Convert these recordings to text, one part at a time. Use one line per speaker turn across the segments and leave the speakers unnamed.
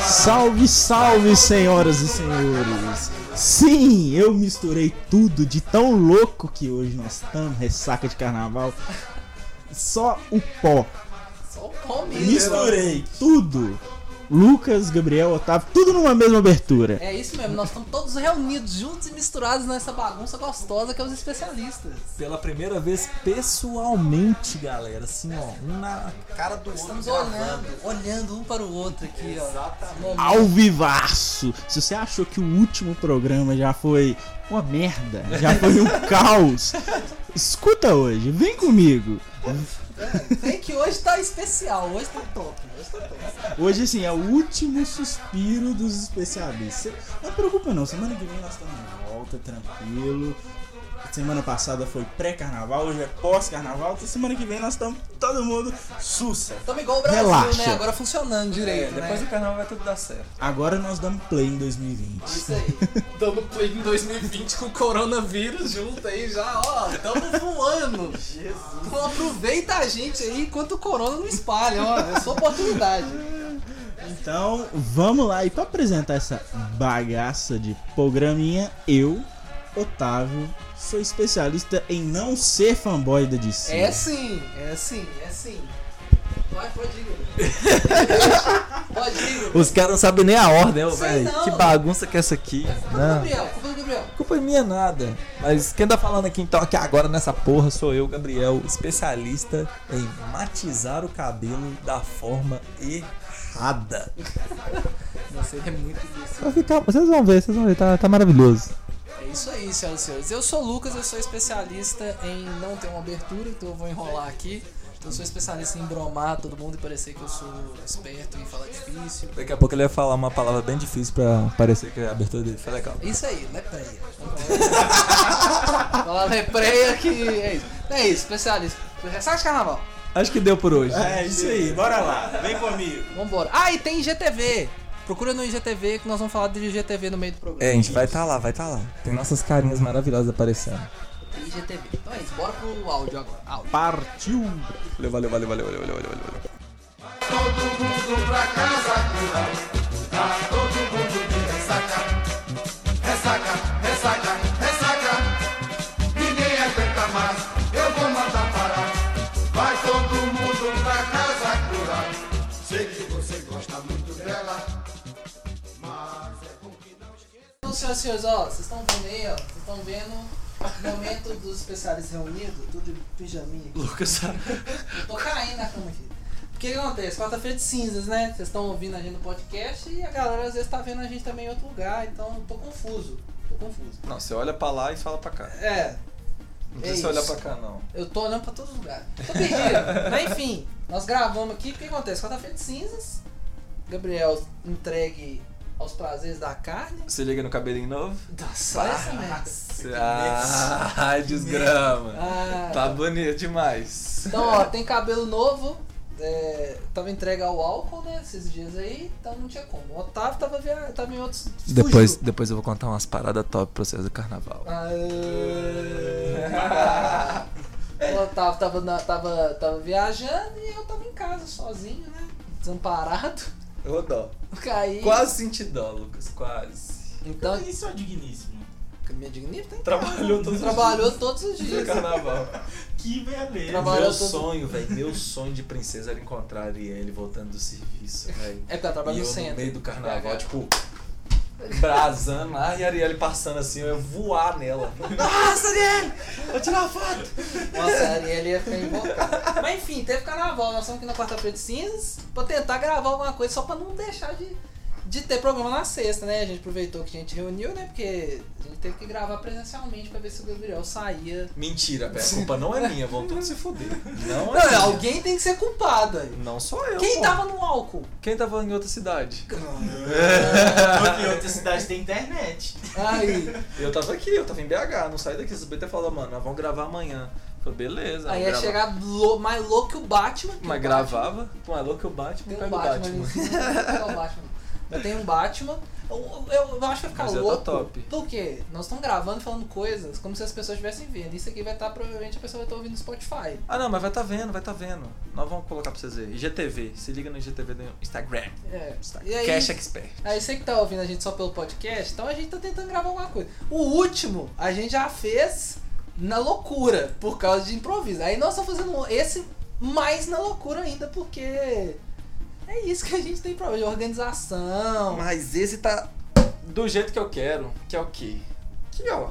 Salve, salve, senhoras e senhores! Sim, eu misturei tudo de tão louco que hoje nós estamos, ressaca de carnaval. Só o pó.
Só o pó mesmo.
Misturei tudo. Lucas, Gabriel, Otávio, tudo numa mesma abertura.
É isso mesmo, nós estamos todos reunidos, juntos e misturados nessa bagunça gostosa que é os especialistas.
Pela primeira vez pessoalmente, galera. Assim, ó, um na cara do outro.
Estamos olhando, olhando um para o outro aqui, ó. Exatamente.
Ao vivaço! Se você achou que o último programa já foi uma merda, já foi um caos, escuta hoje, vem comigo.
Vem que hoje tá especial, hoje tá top, hoje tá top.
Hoje, assim, é o último suspiro dos especialistas. Não se preocupa, não. Semana que vem nós estamos de volta, tranquilo. Semana passada foi pré-carnaval, hoje é pós-carnaval. Então, semana que vem nós estamos todo mundo sussa.
Tamo igual o Brasil,
Relaxa.
né? Agora funcionando direito, né?
Depois do carnaval vai tudo dar certo.
Agora nós damos play em 2020.
Isso aí. Tamo play em 2020 com o coronavírus junto aí já, ó. Tamo voando. Jesus. Então aproveita a gente aí enquanto o corona não espalha, ó. É sua oportunidade.
Então, vamos lá. E pra apresentar essa bagaça de programinha, eu, Otávio, sou especialista em não ser fanboy da DC.
É sim, é sim, é sim. Vai, pode ir. pode ir.
Os caras não sabem nem a ordem, ô,
Sei
velho.
não.
Que bagunça que é essa aqui.
Culpa do
Não.
Gabriel, culpa do Gabriel.
Culpa é minha nada. Mas quem tá falando aqui então aqui agora nessa porra sou eu, Gabriel, especialista em matizar o cabelo da forma errada.
Você é muito desse.
Vai ficar, Então, vocês vão ver, vocês vão ver, tá, tá maravilhoso.
É isso aí, senhoras e senhores. Eu sou o Lucas, eu sou especialista em não ter uma abertura, então eu vou enrolar aqui. Então eu sou especialista em bromar todo mundo e parecer que eu sou esperto em falar difícil.
Daqui a pouco ele vai falar uma palavra bem difícil pra parecer que a abertura dele foi legal.
É Isso aí, lepreia. Fala lepreia que é isso. É isso, especialista. Ressaca de carnaval.
Acho que deu por hoje.
É isso aí, bora lá, vem comigo.
Vambora. Ah, e tem IGTV. Procura no IGTV que nós vamos falar de IGTV no meio do programa.
É, a gente vai tá lá, vai tá lá. Tem nossas carinhas maravilhosas aparecendo.
IGTV. Então é isso, bora pro áudio agora. Áudio.
Partiu!
Valeu, valeu, valeu, valeu, valeu, valeu, valeu. valeu.
Tá
Então, senhoras e senhores, ó, vocês estão vendo aí, ó, vocês estão vendo o momento dos especialistas reunidos, tudo de pijaminha.
Lucas,
Eu tô caindo na cama aqui. O que que acontece? Quarta-feira de cinzas, né? Vocês estão ouvindo a gente no podcast e a galera às vezes tá vendo a gente também em outro lugar, então eu tô confuso. Tô confuso.
não, você olha pra lá e fala pra cá.
É,
Não
É precisa olhar isso. pra
cá, não.
Eu tô olhando pra todos os lugares. Tô perdido. Mas enfim, nós gravamos aqui. O que acontece? Quarta-feira de cinzas. Gabriel entregue aos prazeres da carne.
Você liga no cabelinho novo?
Nossa, olha essa merda.
Ah, ai, desgrama.
Ah,
Tá bonito demais.
Então, ó, tem cabelo novo. É, tava entregue ao álcool, né? Esses dias aí. Então não tinha como. O Otávio tava, via... tava em outros. fugiu.
Depois, depois eu vou contar umas paradas top pra vocês do carnaval.
Ah, O Otávio tava, na- tava, tava viajando e eu tava em casa sozinho, né? Desamparado.
Rodó.
Caí.
Quase senti dó, Lucas, quase.
Então,
Isso é digníssimo.
minha dignidade tá em
Trabalhou
casa.
todos
Trabalhou todos os
os dias
dias.
do carnaval.
Que beleza.
Trabalhou
meu
todo-
sonho, velho, meu sonho de princesa era encontrar ele voltando do serviço, velho.
É porque ela trabalha
E
no
eu
centro.
no meio do carnaval,
BH.
tipo, brasando lá e a Arielle passando assim, eu ia voar nela. Nossa, Arielle! Vou tirar uma foto!
Nossa, a Ariel ia ficar invocada. é Mas enfim, teve carnaval. Nós estamos aqui na quarta-feira de cinzas pra tentar gravar alguma coisa só pra não deixar de, de ter programa na sexta, né? A gente aproveitou que a gente reuniu, né? Porque a gente teve que gravar presencialmente pra ver se o Gabriel saía.
Mentira, velho, a culpa não é minha, vão todos se fuder. Não
Não,
é
é,
minha.
alguém tem que ser culpado aí.
Não sou eu.
Quem
pô.
tava no álcool?
Quem tava em outra cidade?
Porque outra cidade tem internet.
Aí.
Eu tava aqui, eu tava em BH, não saí daqui. Vocês até falaram, mano, nós vamos gravar amanhã. Eu Falei, beleza.
Aí
vamos
ia
gravar.
chegar lou- mais louco que o Batman. que o Batman.
Mas gravava, pô, é louco que o
Tem
Batman pega
um
o
Batman ali em
Batman.
cima. Não é o Batman. Eu tenho um Batman. Eu, eu- eu acho que vai ficar
Mas eu tô
louco.
top.
Por quê? Nós estamos gravando e falando coisas como se as pessoas estivessem vendo. Isso aqui vai estar, provavelmente, a pessoa vai estar ouvindo no Spotify.
Ah não, mas vai tá vendo, vai tá vendo. Nós vamos colocar pra vocês verem. IGTV, se liga no IGTV do Instagram.
É.
Instagram.
E aí,
Cash Expert.
aí você que tá ouvindo a gente só pelo podcast, então a gente tá tentando gravar alguma coisa. O último a gente já fez na loucura, por causa de improviso. Aí nós estamos fazendo esse mais na loucura ainda, porque é isso que a gente tem problema de organização.
Mas esse tá do jeito que eu quero, que é o quê? Que ó,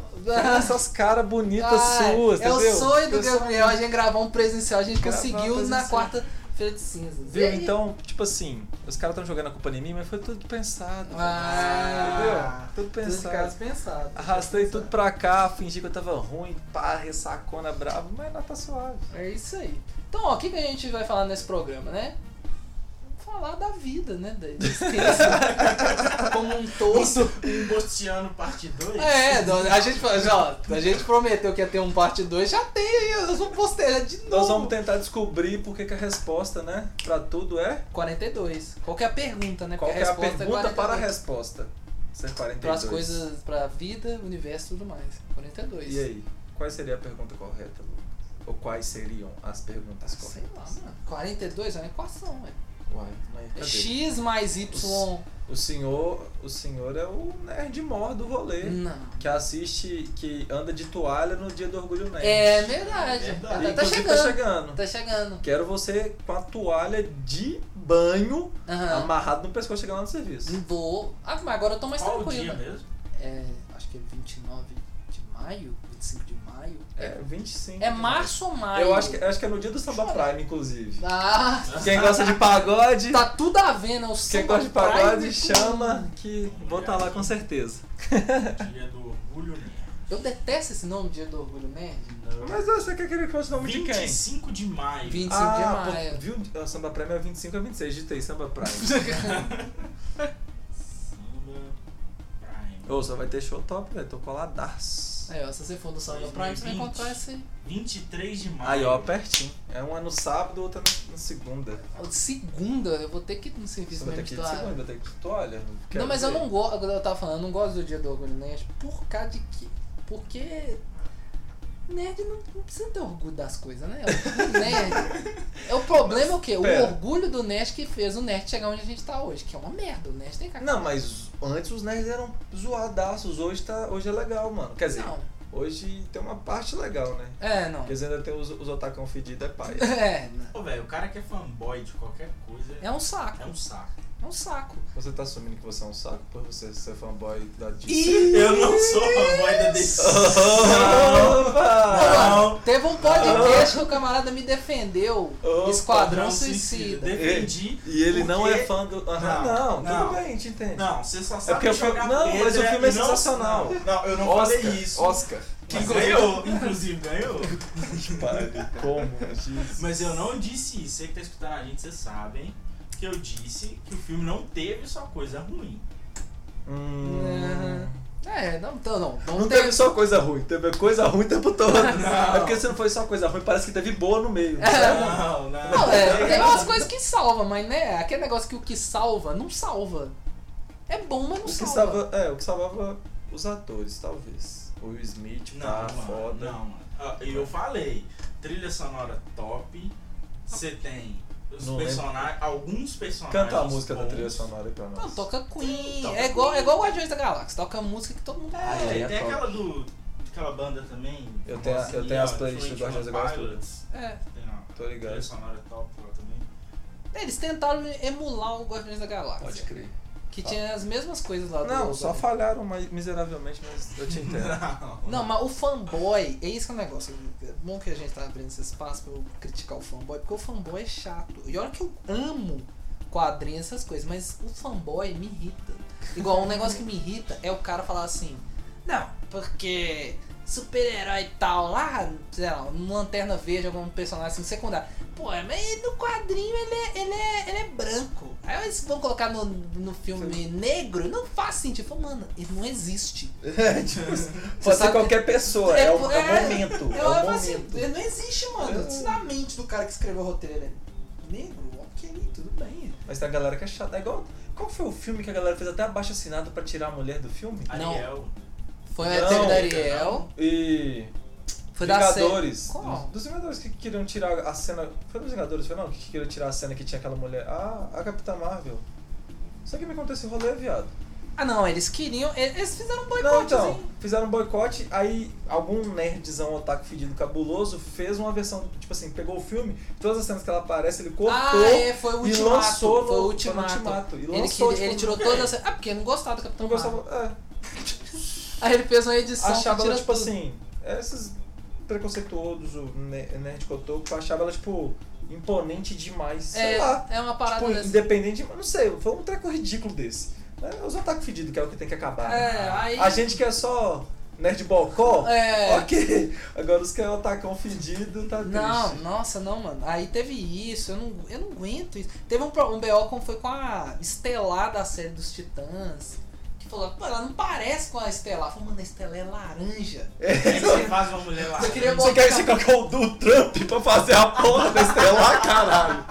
essas caras bonitas
Ah,
suas,
é o
entendeu?
sonho do
Eu sou-
Gabriel, a gente gravar um presencial, a gente
Gravar
conseguiu
um
na
presencial.
quarta-feira de cinzas. E
Viu?
aí?
Então, tipo assim, os caras estão jogando a culpa em mim, mas foi tudo pensado.
Ah,
entendeu? Tudo
Tudo de
pensado.
caso pensado.
Arrastei tudo pra cá, fingi que eu tava ruim, pá, ressacona brava, mas nada tá suave.
É isso aí. Então, ó, o que, que a gente vai falar nesse programa, né? Vamos Falar da vida, né? Da existência. Como um todo.
Um Bostiano parte 2?
É, do- a gente, fa- já, ó, a gente prometeu que ia ter um parte 2, já tem aí, eu sou posteira de novo.
Nós vamos tentar descobrir porque que a resposta, né, pra tudo é
42. Qual que é a pergunta, né?
qual que
Porque
é a
resposta
pergunta para a
42.
resposta. Ser 42.
Para as coisas, para vida, universo e tudo mais. 42.
E aí, qual seria a pergunta correta, Lu? Ou quais seriam as perguntas
Ah, Sei
corretas?
lá, mano. 42 é uma equação, ué.
Uai, mas
É
cadê?
X mais Y.
O senhor, o senhor é o nerd mor do rolê.
Não.
Que assiste, que anda de toalha no dia do orgulho nerd.
É verdade.
É verdade.
Tá- Tá,
Inclusive,
chegando.
tá chegando.
Tá chegando.
Quero você com a toalha de banho
Aham.
amarrado no pescoço chegando lá no serviço.
Vou. Ah, mas agora eu tô mais
Qual o dia
tranquila.
mesmo?
É. Acho que é 29 de maio? 25 de maio?
É, 25.
É março ou maio?
Eu acho que, acho que é no dia do Samba
Deixa eu
Prime, inclusive.
Ah,
Quem gosta de pagode,
tá tudo a ver, né? O
quem
samba
gosta de
Prime
pagode,
com-
chama que vou estar lá com certeza.
Dia do orgulho mesmo.
Eu detesto esse nome, Dia do Orgulho Nerd.
Mas ah, você quer que ele fosse o nome de quem?
25 de maio.
25
Ah,
de
pô,
maio.
viu? O Samba Prime é 25 a 26, digitei Samba Prime.
Samba Prime.
Ô, só vai ter show top, velho, tô coladaço.
Aí, ó, se você for no Samba Prime, você vai
2020.
encontrar esse.
23 de maio.
Aí, ó, pertinho. É uma no sábado, outra na- na segunda.
Ó, Segunda, eu vou ter que ir no
Você
serviço
vai ter
mesmo
que
de
ir de segunda, vai ter que ir de toalha.
Não,
quero
mas eu
ver.
não gosto, eu tava falando, eu não gosto do dia do orgulho nerd por causa de quê? Porque nerd não, não precisa ter orgulho das coisas, né? O nerd. É o problema é o quê? O
Pera.
orgulho do nerd que fez o nerd chegar onde a gente tá hoje, que é uma merda, o nerd tem que acabar.
Não, mas antes os nerds eram zoadaços, hoje, tá, hoje é legal, mano. Quer dizer,
Não.
hoje tem uma parte legal, né?
É, não.
Porque eles ainda tem os, os otacão fedido, é pai.
É, não.
Pô, velho, o cara que é fanboy de qualquer coisa
É um saco,
é um saco.
é um saco.
Você tá assumindo que você é um saco por você ser fanboy da Disney?
E...
Eu não sou fanboy da DC.
Opa!
Não.
Teve um podcast que o camarada me defendeu,
Ah. Opa,
Esquadrão
Não,
Suicida.
Defendi.
E ele não
porque-
é fã do. Aham,
Não,
não,
não.
tudo bem, te entende.
Não, você só
É
sabe
porque o filme.
jogar
Não,
pedra
mas o
e
filme
não-
é sensacional.
Não, eu não
Oscar,
falei isso.
Oscar.
Que ganhou, inclusive ganhou.
Como?
Mas eu não disse isso. Você que tá escutando a gente, vocês sabem que eu disse que o filme não teve só coisa ruim.
Hum.
É, não, então não. Não,
Não
teve-
teve só coisa ruim, teve coisa ruim o tempo todo.
Não.
É porque se não foi só coisa ruim, parece que teve boa no meio.
Não, não.
É. Não, é, tem umas coisas que salva, mas né, aquele negócio que o que salva, não salva. É bom, mas não
O que,
salva.
salva, é, o que salvava os atores, talvez. O Will Smith,
Não,
tá
mano,
foda.
Não, mano. Ah, E eu falei, trilha sonora top. Você tem os
Não
personagens, alguns personagens.
Canta a música da
bons.
trilha sonora aí pra nós.
Não, toca Queen.
toca
é, igual,
Queen.
é igual Guardiões da Galáxia, toca música que todo mundo
Ah,
É,
é
tem
top.
aquela do. Aquela banda também.
Eu tenho a-
nossa,
eu
ali,
tenho
ó,
as playlists do
Twenty One
Guardiões da Galáxia
Pilots.
É.
Tem uma
Tô ligado.
Trilha sonora top lá também.
Eles tentaram emular o Guardiões da Galáxia.
Pode crer.
Que tinha as mesmas coisas lá do-
Não,
do
só falharam mas- miseravelmente, mas eu te entendo.
Não, mas o fanboy, é isso que é o negócio. É bom que a gente tá abrindo esse espaço pra eu criticar o fanboy, porque o fanboy é chato. E olha que eu amo quadrinhos, essas coisas, mas o fanboy me irrita. Igual um negócio que me irrita é o cara falar assim, não, porque super-herói e tal, lá, sei lá, um Lanterna Verde, algum personagem assim, secundário. Pô, mas no quadrinho ele é, ele é, ele é branco. Aí eles vão colocar no, no filme negro, não faz sentido. Eu falo, Mano, ele não existe.
É, tipo,
Você
pode
sabe-
ser qualquer pessoa, é, o, é o
É,
momento.
Eu
É o
olho e falo assim,
momento.
ele não existe, mano. Isso na mente do cara que escreveu o roteiro, ele é negro, ok, tudo bem.
Mas tem a galera que é chata. É igual. Qual foi o filme que a galera fez até abaixo assinado pra tirar a mulher do filme?
Não.
Ariel.
Foi
Não,
a teve da Ariel,
E.
foi da série.
Vingadores.
Qual?
Dos- Dos Vingadores que queriam tirar a cena. Foi dos Vingadores, foi não? Que queriam tirar a cena que tinha aquela mulher. Ah, a Capitã Marvel. Só que me contou esse rolê, viado.
Ah não, eles queriam. Eles fizeram um
Não,
boicote,
então, fizeram um boicote, aí algum nerdzão otaku fedido cabuloso fez uma versão, tipo assim, pegou o filme, todas as cenas que ela aparece, ele cortou.
Ah, é, foi o
e
ultimato.
lançou no-
foi o
no
ultimato.
ultimato, e
ele,
lançou,
queria- ele
tipo,
tirou todas as. Ah, porque não gostava do Capitão
Não gostava.
Marvel.
É,
Aí ele fez uma edição. que
achava ela,
tira
tipo
tudo.
assim, esses preconceituosos, o ne- nerd cotoco, achava ela, tipo, imponente demais, sei
É,
lá.
é uma parada
Tipo,
dessa.
independente, mas não sei, foi um treco ridículo desse. É os otaku fedidos que é o que tem que acabar. né?
É, aí.
A gente que é só nerd bocó,
É.
ok. Agora os que é otacão fedido, tá
Não,
triste.
nossa, não, mano. Aí teve isso, eu não, eu não aguento isso. Teve um, pro- um BO como foi com a Estelar da série dos Titãs. Que falou, pô, ela não parece com a Estelar. Falou, mano, a Estelar é laranja.
Você faz uma mulher lá.
Eu queria
né?
Você
botar.
quer se colocar o do Trump pra fazer a porra da estrela, caralho?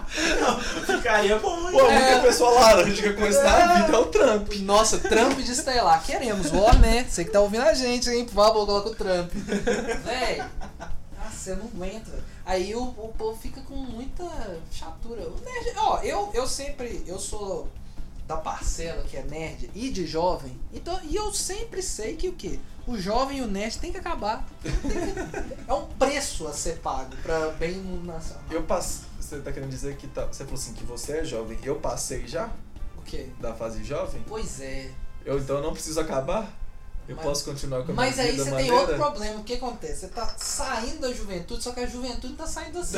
Ficaria bom,
Pô, a
hein?
É.
única pessoa laranja que eu conheço na vida é o Trump.
Nossa, Trump de Estelar. Queremos, ó, né? Você que tá ouvindo a gente, hein? Por favor, coloca o Trump. Véi. Nossa, eu não aguento. velho. Aí o, o povo fica com muita chatura. O nerd- ó, eu, eu sempre. Eu sou da parcela que é nerd e de jovem. Então, e eu sempre sei que o quê? O jovem e o nerd tem que acabar. Tem que- é um preço a ser pago pra bem nacional.
Eu passei. Você tá querendo dizer que tá- você falou assim que você é jovem. Eu passei já
O quê?
da fase jovem.
Pois é.
Eu então não preciso acabar. Eu
Mas-
posso continuar com a minha
Mas aí você
vida
tem
maneira?
outro problema. O que acontece? Você tá saindo da juventude, só que a juventude tá saindo assim.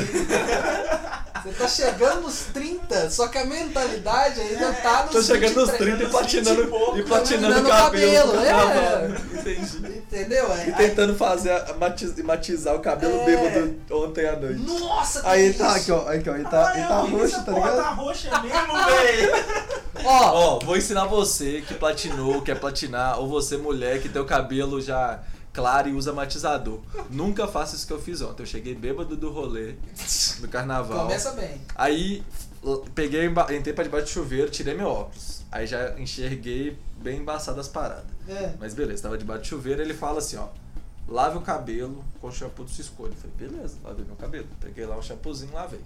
você tá chegando nos 30, só que a mentalidade ainda tá nos
É, Tô chegando nos
23.
30 e
nos 20
platinando,
e pouco.
e
né?
platinando o
Platinando o
cabelo.
cabelo, é.
Cavalo. Entendi.
Entendeu? É,
E tentando fazer a- matiz- matizar o cabelo
É.
bêbado ontem à
aí-
noite.
Nossa, que
Aí
isso?
tá aqui, ó. Aqui, ó. Ele tá,
Olha,
ele tá
eu vi que
roxo,
essa
tá
porra
ligado?
Tá roxa mesmo, velho.
Ó,
Ó, vou ensinar você que platinou, quer platinar, ou você mulher que tem o cabelo já claro e usa matizador. Nunca faça isso que eu fiz ontem. Eu cheguei bêbado do rolê, do carnaval.
começa bem.
Aí l- peguei, emba- entrei pra debaixo do chuveiro, tirei meu óculos. Aí já enxerguei bem embaçado as paradas.
É.
Mas beleza, tava debaixo do chuveiro, ele fala assim, ó. Lave o cabelo com o shampoo do Cisco. Eu falei, beleza, lavei meu cabelo. Peguei lá um shampoozinho e lavei.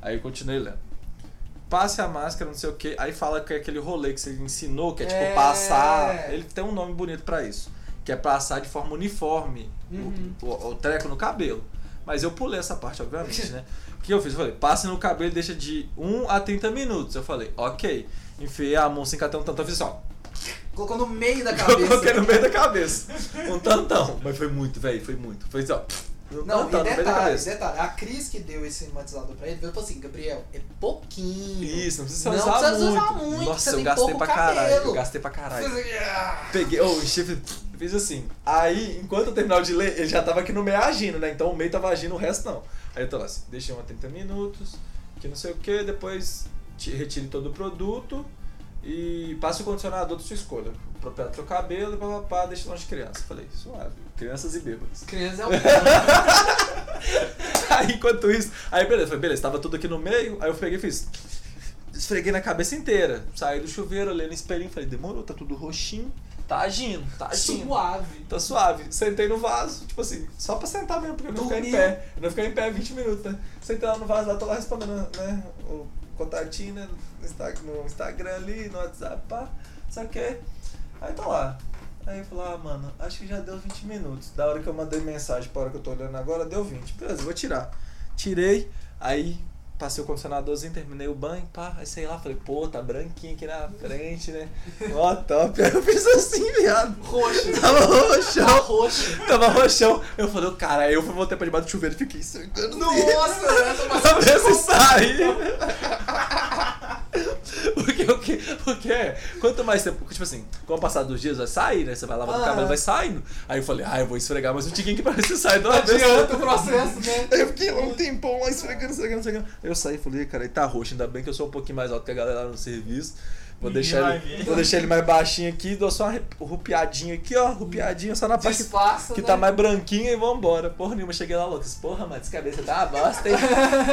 Aí eu continuei lendo. Passe a máscara, não sei o que. Aí fala que é aquele rolê que você ensinou, que é tipo
É.
passar. Ele tem um nome bonito pra isso. Que é passar de forma uniforme o-
Uhum.
o, o treco no cabelo. Mas eu pulei essa parte, obviamente, né? O que eu fiz? Eu falei, passe no cabelo e deixa de 1 a 30 minutos. Eu falei, ok. Enfiei a mão sem catar um tanto, eu fiz assim, ó.
Colocou no meio da
Eu coloquei
cabeça.
no meio da cabeça. Um tantão. Mas foi muito, velho. Foi muito. Foi só. Um
Não,
tantão
e
no meio da
detalhe,
cabeça.
detalhe, a Cris que deu esse matizador pra ele, veio e falou assim, Gabriel, é pouquinho.
Isso, não precisa
Não
usar
precisa
muito.
usar muito, você
Nossa, eu
tem
gastei
pouco
pra caralho.
cabelo.
Eu gastei pra caralho.
Ah,
Peguei, oh, o chifre fez assim. Aí, enquanto eu terminava de ler, ele já tava aqui no meio agindo, né? Então o meio tava agindo, o resto não. Aí eu tô lá assim, deixei uma 30 minutos, que não sei o que, depois te- retire todo o produto e passe o condicionador da sua escolha. Propriedade do seu cabelo, blá, blá, blá, deixa longe de criança. Falei, suave, crianças e bêbados.
Criança é um
Aí enquanto isso, aí beleza, foi beleza, tava tudo aqui no meio, aí eu peguei e fiz. Esfreguei na cabeça inteira. Saí do chuveiro, olhei no espelhinho, falei, demorou, tá tudo roxinho. Tá agindo, tá agindo.
suave.
Tá suave. Sentei no vaso, tipo assim, só pra sentar mesmo, porque eu não ficar em
Dormiu.
pé. Eu não ficar em pé 20 minutos, né? Sentei lá no vaso, lá tô lá respondendo, né? O contatinho, né? No Insta- No Instagram ali, no WhatsApp, pá. Só que. Aí tá lá. Aí eu falei, ah, mano, acho que já deu 20 minutos. Da hora que eu mandei mensagem pra hora que eu tô olhando agora, deu 20. Beleza, vou tirar. Tirei, aí passei o condicionadorzinho, terminei o banho, pá. Aí sei lá, falei, pô, tá branquinho aqui na frente, né? Ó, top. Aí eu fiz assim, viado.
Roxo.
Tava roxão.
Roxo.
Tava roxão. Eu falei, cara, aí eu fui voltar pra debaixo do chuveiro e fiquei sangrando no
Nossa, essa
pra ver se sai. Porque, o que- porque quanto mais tempo, tipo assim, com o passar dos dias vai sair, né? Você vai lavando o cabelo,
Ah.
vai saindo. Aí eu falei, ah, eu vou esfregar mais um tiquinho que parece que sai. Não
Adianta
adianta.
o processo, né?
Aí eu fiquei lá um tempão lá esfregando, esfregando, esfregando. Aí Eu saí e falei, cara, ele tá roxo, ainda bem que eu sou um pouquinho mais alto que a galera lá no serviço. Vou
Ninguém
deixar,
vai
ele,
ver.
vou deixar ele mais baixinho aqui, dou só uma re- rupiadinha aqui, ó. Rupiadinha só na parte que-
Disfarça,
que
né?
tá mais branquinha e vambora. Porra nenhuma, cheguei lá, Lucas. Porra, mano, essa cabeça tá uma bosta, hein?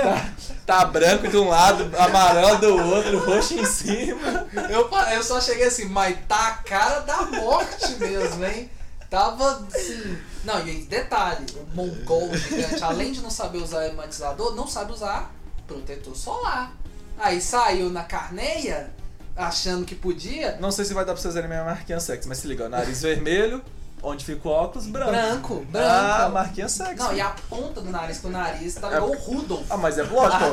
Tá, tá branco de um lado, amarelo do outro, roxo em cima.
Eu, pa- eu só cheguei assim, mas tá a cara da morte mesmo, hein? Tava assim. Não, e aí, detalhe, o mongol gigante, além de não saber usar hematizador, não sabe usar protetor solar. Aí saiu na carneia, achando que podia.
Não sei se vai dar pra vocês verem minha marquinha sexy, mas se liga, ó, nariz vermelho, onde fica o óculos, branco.
Branco, branco.
Ah, marquinha sexy.
Não, e a ponta do nariz, que o nariz tava
É.
igual o Rudolf.
Ah, mas é lógico,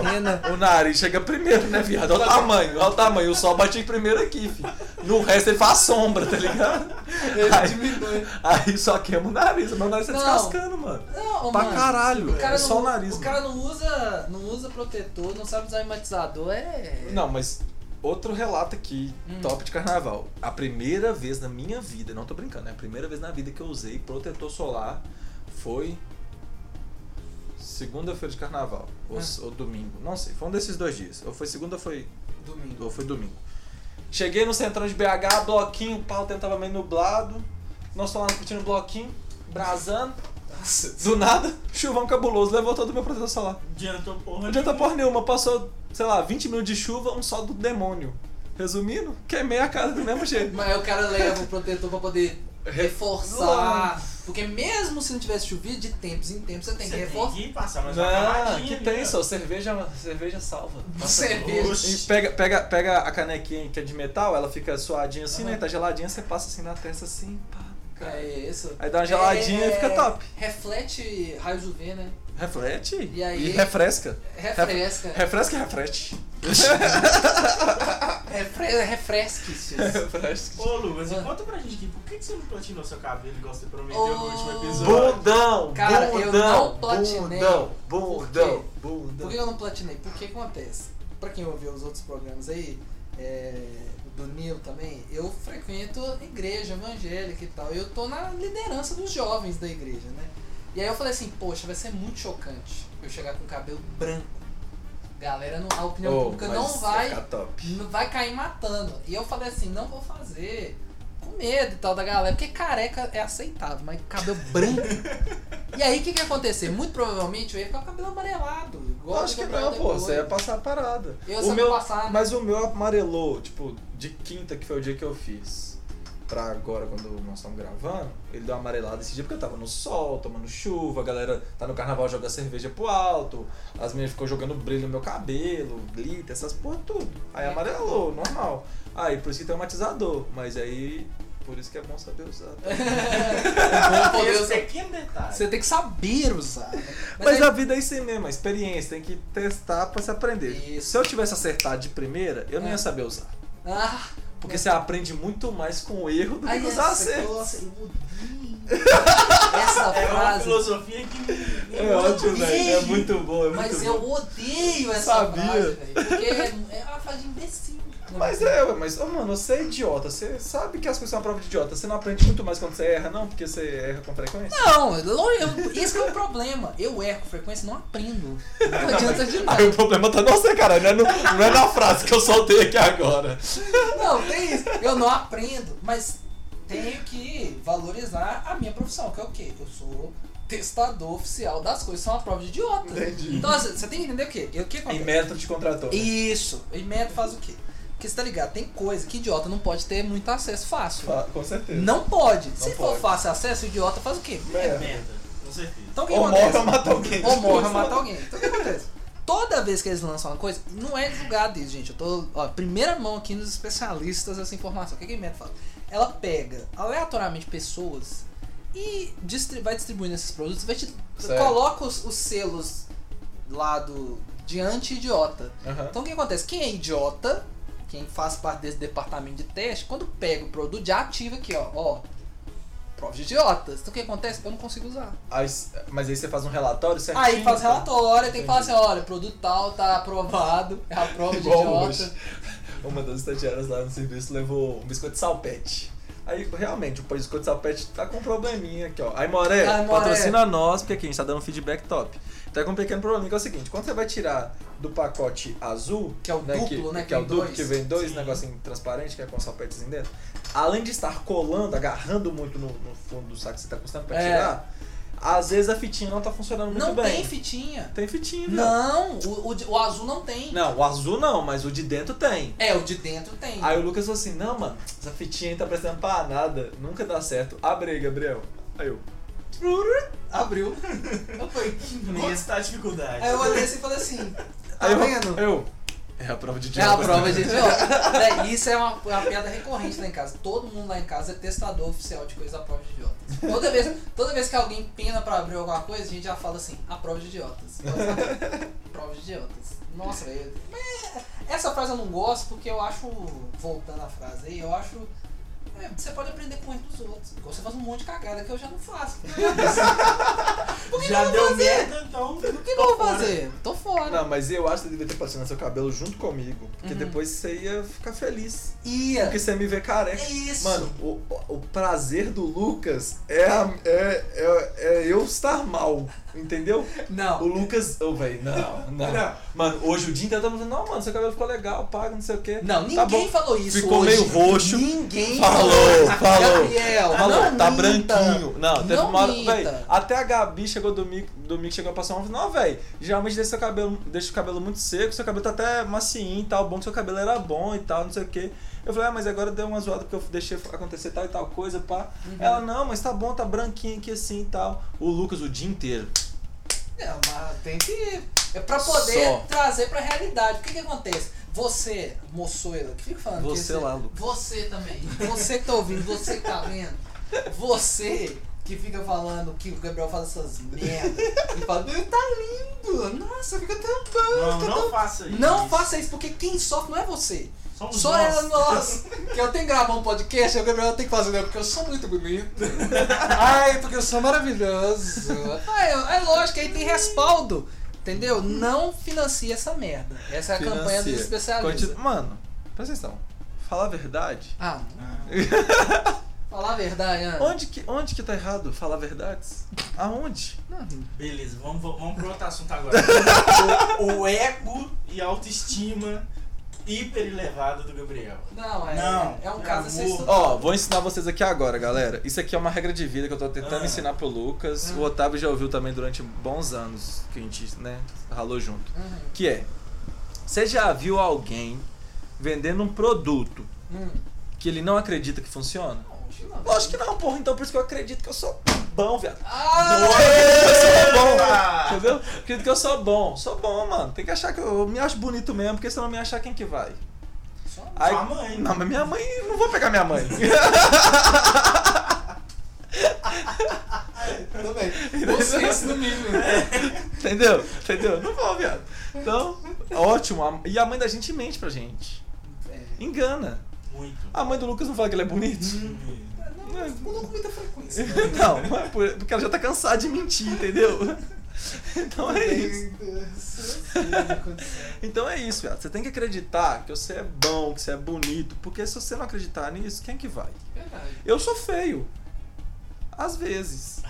ó. o nariz chega primeiro, né, viado? Olha o tamanho, olha o tamanho, o sol bate primeiro aqui, filho. No resto ele faz sombra, tá ligado?
Ele diminui.
Aí só queima o nariz, meu nariz tá
Não.
descascando, mano.
Não,
Pra
mano,
caralho,
o cara
é só
não-
o nariz,
O cara não usa, não usa protetor, não sabe usar hematizador, é.
Não, mas outro relato aqui,
Hum.
top de carnaval. A primeira vez na minha vida, não tô brincando, é a primeira vez na vida que eu usei protetor solar foi segunda-feira de carnaval, ou, s- ou domingo, não sei, foi um desses dois dias. Ou foi segunda ou foi,
Domingo.
ou foi domingo. Cheguei no centrão de BH, bloquinho, o pau tentava meio nublado, nós falando curtindo bloquinho, brasando,
Nossa,
do nada, chuvão cabuloso, levou todo o meu protetor solar.
Não adiantou porra.
Não adianta porra nenhuma, passou, sei lá, 20 minutos de chuva, um sol do demônio. Resumindo, queimei a casa do mesmo jeito.
Mas aí o cara leva o protetor pra poder reforçar. Porque mesmo se não tivesse chovido, de tempos em tempos você tem que
Você
reforçar.
tem que passar
tá
mais uma
Não,
cavadinha.
que tem só, cerveja, cerveja salva.
Cerveja.
E pega, pega, pega a canequinha que é de metal, ela fica suadinha assim, né? Tá geladinha, você passa assim na testa assim, pá. cara.
É isso.
Aí dá uma geladinha e
É,
fica top.
Reflete raios UV, né?
Reflete
E aí?
refresca.
Refresca.
Refresca e refrete.
Refre- Refresque. Jesus.
refresca.
Ô, Lucas,
Ah.
conta pra gente aqui, por que que você não platinou seu cabelo igual você prometeu
Ô,
no último episódio?
Bundão!
Cara, eu
bundão,
não platinei.
Bundão!
Por quê?
Bundão!
Por
Bundão!
que eu não platinei? Porque acontece. Pra quem ouviu os outros programas aí, é, do Nil também, eu frequento igreja evangélica e tal. Eu tô na liderança dos jovens da igreja, né? E aí eu falei assim, poxa, vai ser muito chocante eu chegar com cabelo branco. Galera, não, a opinião
Oh,
pública
mas
não vai
fica top.
não vai cair matando. E eu falei assim, não vou fazer. Com medo e tal da galera, porque careca é aceitável, mas cabelo branco. e aí o que, que ia acontecer? Muito provavelmente eu ia ficar com o cabelo amarelado. Igual
Lógico que
o Gabriel
não, pô.
depois.
Você é ia passar a parada.
Eu
o
só
meu,
vou passar, né?
Mas o meu amarelou, tipo, de quinta, que foi o dia que eu fiz, pra agora, quando nós estamos gravando, ele deu uma amarelada esse dia porque eu tava no sol, tomando chuva, a galera tá no carnaval jogando cerveja pro alto, as meninas ficam jogando brilho no meu cabelo, glitter, essas porra tudo. Aí
É.
amarelou, normal. Aí, por isso que tem um matizador, mas aí... Por isso que é bom saber usar.
É, Eu vou poder
Esse
usar.
pequeno detalhe.
Você tem que saber usar. né? Mas
Mas
aí-
a vida é isso aí mesmo, a experiência, tem que testar pra se aprender.
Isso.
Se eu tivesse acertado de primeira, eu não
É.
ia saber usar.
Ah,
Porque você aprende muito mais com o erro do que
aí
com os acertos.
nossa, eu odeio. Essa
É uma
frase.
filosofia que me-
É ótimo, velho. É
odeio.
muito bom, é muito
Mas
bom.
eu odeio essa
Sabia.
frase, velho. Porque é, é uma frase de imbecil. né?
Mas é, ué, mas, ô, mano, você é idiota. Você sabe que as pessoas são uma prova de idiota. Você não aprende muito mais quando você erra, não? Porque você erra com frequência?
Não, eu- eu- esse que é o problema. Eu erro com frequência e não aprendo. Não adianta de
Aí
nada.
o problema tá no você, cara. Não é, no- não é na frase que eu soltei aqui agora.
Não, tem isso. Eu não aprendo, mas tenho que valorizar a minha profissão, que é o quê? Eu sou testador oficial das coisas, são uma prova de idiota.
Entendi.
Então, assim, você tem que entender o quê? E o que
E
acontece?
método te contratou. né?
Isso. E meta faz o quê? Porque você tá ligado, tem coisa que idiota não pode ter muito acesso fácil.
Fa- Com certeza.
Não pode. Se for
pode.
fácil acesso, o idiota faz o quê?
É
Merda.
merda, com certeza.
Então o que
Ou
acontece?
morre ou mata alguém.
Ou morre ou mata alguém. Então o que acontece? Toda vez que eles lançam uma coisa, não é divulgado isso, gente. Eu tô, ó, primeira mão aqui nos especialistas essa informação. O que, que a Meta faz? Ela pega aleatoriamente pessoas e distri- vai distribuindo esses produtos, vai te-
Certo.
coloca os, os selos lá do de anti-idiota.
Aham.
Então o que acontece? Quem é idiota, quem faz parte desse departamento de teste, quando pega o produto, já ativa aqui, ó, ó. Prova de idiotas. Então o que acontece? Eu não consigo usar.
Aí- mas aí você faz um relatório certinho?
Aí faz
tá?
relatório, tem que falar
Entendi.
assim, olha, produto tal tá aprovado, é a prova de
Igual
idiota.
hoje. Uma das estagiárias lá no serviço levou um biscoito de salpete. Aí, realmente, o País de Salpete tá com um probleminha aqui, ó. Aí, Moré,
Ai, Moré.
patrocina nós, porque aqui a gente tá dando feedback top. Tá com um pequeno probleminha, que é o seguinte, quando você vai tirar do pacote azul...
Que é o duplo, né,
Que,
que
é o
vem
duplo,
dois.
que vem dois,
Sim.
negocinho transparente, que é com salpetezinho dentro. Além de estar colando, agarrando muito no, no fundo do saco que você tá custando pra
É.
tirar, às vezes a fitinha não tá funcionando muito
Não
bem.
tem fitinha.
Tem fitinha, viu?
Não, o, o de- o azul não tem.
Não, o azul não, mas o de dentro tem.
É, o de dentro tem.
Aí o Lucas falou assim, não, mano, essa fitinha aí tá prestando pra nada, nunca dá certo. Abre aí, Gabriel. Aí eu.
Abriu. Eu falei, que
Onde
merda.
está tá a dificuldade?
Aí eu olhei assim e falei assim, tá
Aí eu,
vendo?
Eu. É a prova de
É a
idiota.
prova de idiota. Véi, Isso é uma, uma piada recorrente lá em casa. Todo mundo lá em casa é testador oficial de coisa à prova de idiotas. Toda vez, toda vez que alguém pena pra abrir alguma coisa, a gente já fala assim, a prova de idiotas. Então, prova de idiotas. Nossa, velho. Mas Essa frase eu não gosto porque eu acho, voltando à frase aí, eu acho. é, você pode aprender com o erro dos outros. Igual Você faz um monte de cagada que eu já não faço. Por que
Já
que eu
deu
vou fazer?
merda, então.
O que que eu vou fazer? Tô fora.
Não, mas eu acho que você devia ter patrocinado seu cabelo junto comigo.
Uhum.
Porque depois você ia ficar feliz.
Ia.
Porque você me vê careca.
É isso.
Mano, o, o- o prazer do Lucas é, a- é, é, é eu estar mal, entendeu? O
Não.
Lucas. Ô, velho, não, não,
Não.
Mano, hoje o dia inteiro tá falando, não, mano, seu cabelo ficou legal, paga, não sei o quê.
Não, ninguém
Tá bom.
falou isso.
Ficou
hoje.
meio roxo.
Ninguém
Falou, falou.
Gabriel,
Falou,
não
tá
minta.
branquinho. Não, teve
Não
uma hora.
minta.
Véi, até a Gabi chegou domingo, domingo chegou a passar uma. Não, véi, geralmente deixa, seu cabelo, deixa o cabelo muito seco, seu cabelo tá até macinho e tal, bom que seu cabelo era bom e tal, não sei o quê. Eu falei, ah, mas agora deu uma zoada porque eu deixei acontecer tal e tal coisa, pá.
Uhum.
Ela, não, mas tá bom, tá branquinho aqui assim e tal. O Lucas o dia inteiro.
Não, mas tem que. É pra poder
Só.
trazer pra realidade. O que que acontece? Você, moçoeira, que fica falando que
Você lá, Lucas.
Você também. Você que tá ouvindo, você que tá vendo. Você que fica falando que o Gabriel faz essas merdas. E fala, "Meu, tá lindo. Nossa, fica tão bom.
Não,
fica
não
tão...
faça isso.
não faça isso, porque quem sofre não é você.
Somos
Só
nós.
era nós. Que eu tenho que gravar um podcast, eu Gabriel tem que fazer, né? Porque eu sou muito bonito. Ai, porque eu sou maravilhoso. Ai, é lógico, aí tem respaldo. Entendeu? Não financia essa merda. Essa é a campanha dos
Financia.
especialistas.
Continu- Mano, presta atenção. Fala a verdade.
Ah,
Ah,
falar a verdade, Ana.
Onde que, onde que tá errado falar verdades? Aonde?
Beleza, vamos, vamos pro outro assunto agora. o, o ego e a autoestima hiper elevada do Gabriel.
Não, é,
Não,
é um
é
caso a ser
amor.
estudado.
Ó, vou ensinar vocês aqui agora, galera. Isso aqui é uma regra de vida que eu tô tentando
Ah.
ensinar pro Lucas. O Otávio já ouviu também durante bons anos que a gente, né, ralou junto.
Uhum.
Que é: você já viu alguém vendendo um produto
Hum.
que ele não acredita que funciona?
Não, acho que não.
Lógico que não, porra. Então por isso que eu acredito que eu sou bom, viado.
Ah,
é.
Bom,
Entendeu? Acredito que eu sou bom. Sou bom, mano. Tem que achar que eu, eu me acho bonito mesmo, porque se eu não me achar, quem que vai?
só-
Aí-
Sua mãe.
Não, mas minha mãe, não vou pegar minha mãe.
Tudo bem. Vocês, no mínimo.
Entendeu? Entendeu? Não vou, viado. Então, ótimo. A- E a mãe da gente mente pra gente.
É.
Engana.
Muito.
A mãe do Lucas não fala que ele é bonito?
Não, é não com muita frequência. né?
Não, mas por- porque ela já tá cansada de mentir, entendeu? Então é isso.
é
Então é isso, viado. Você tem que acreditar que você é bom, que você é bonito. Porque se você não acreditar nisso, quem é que vai?
Verdade.
Eu sou feio. Às vezes.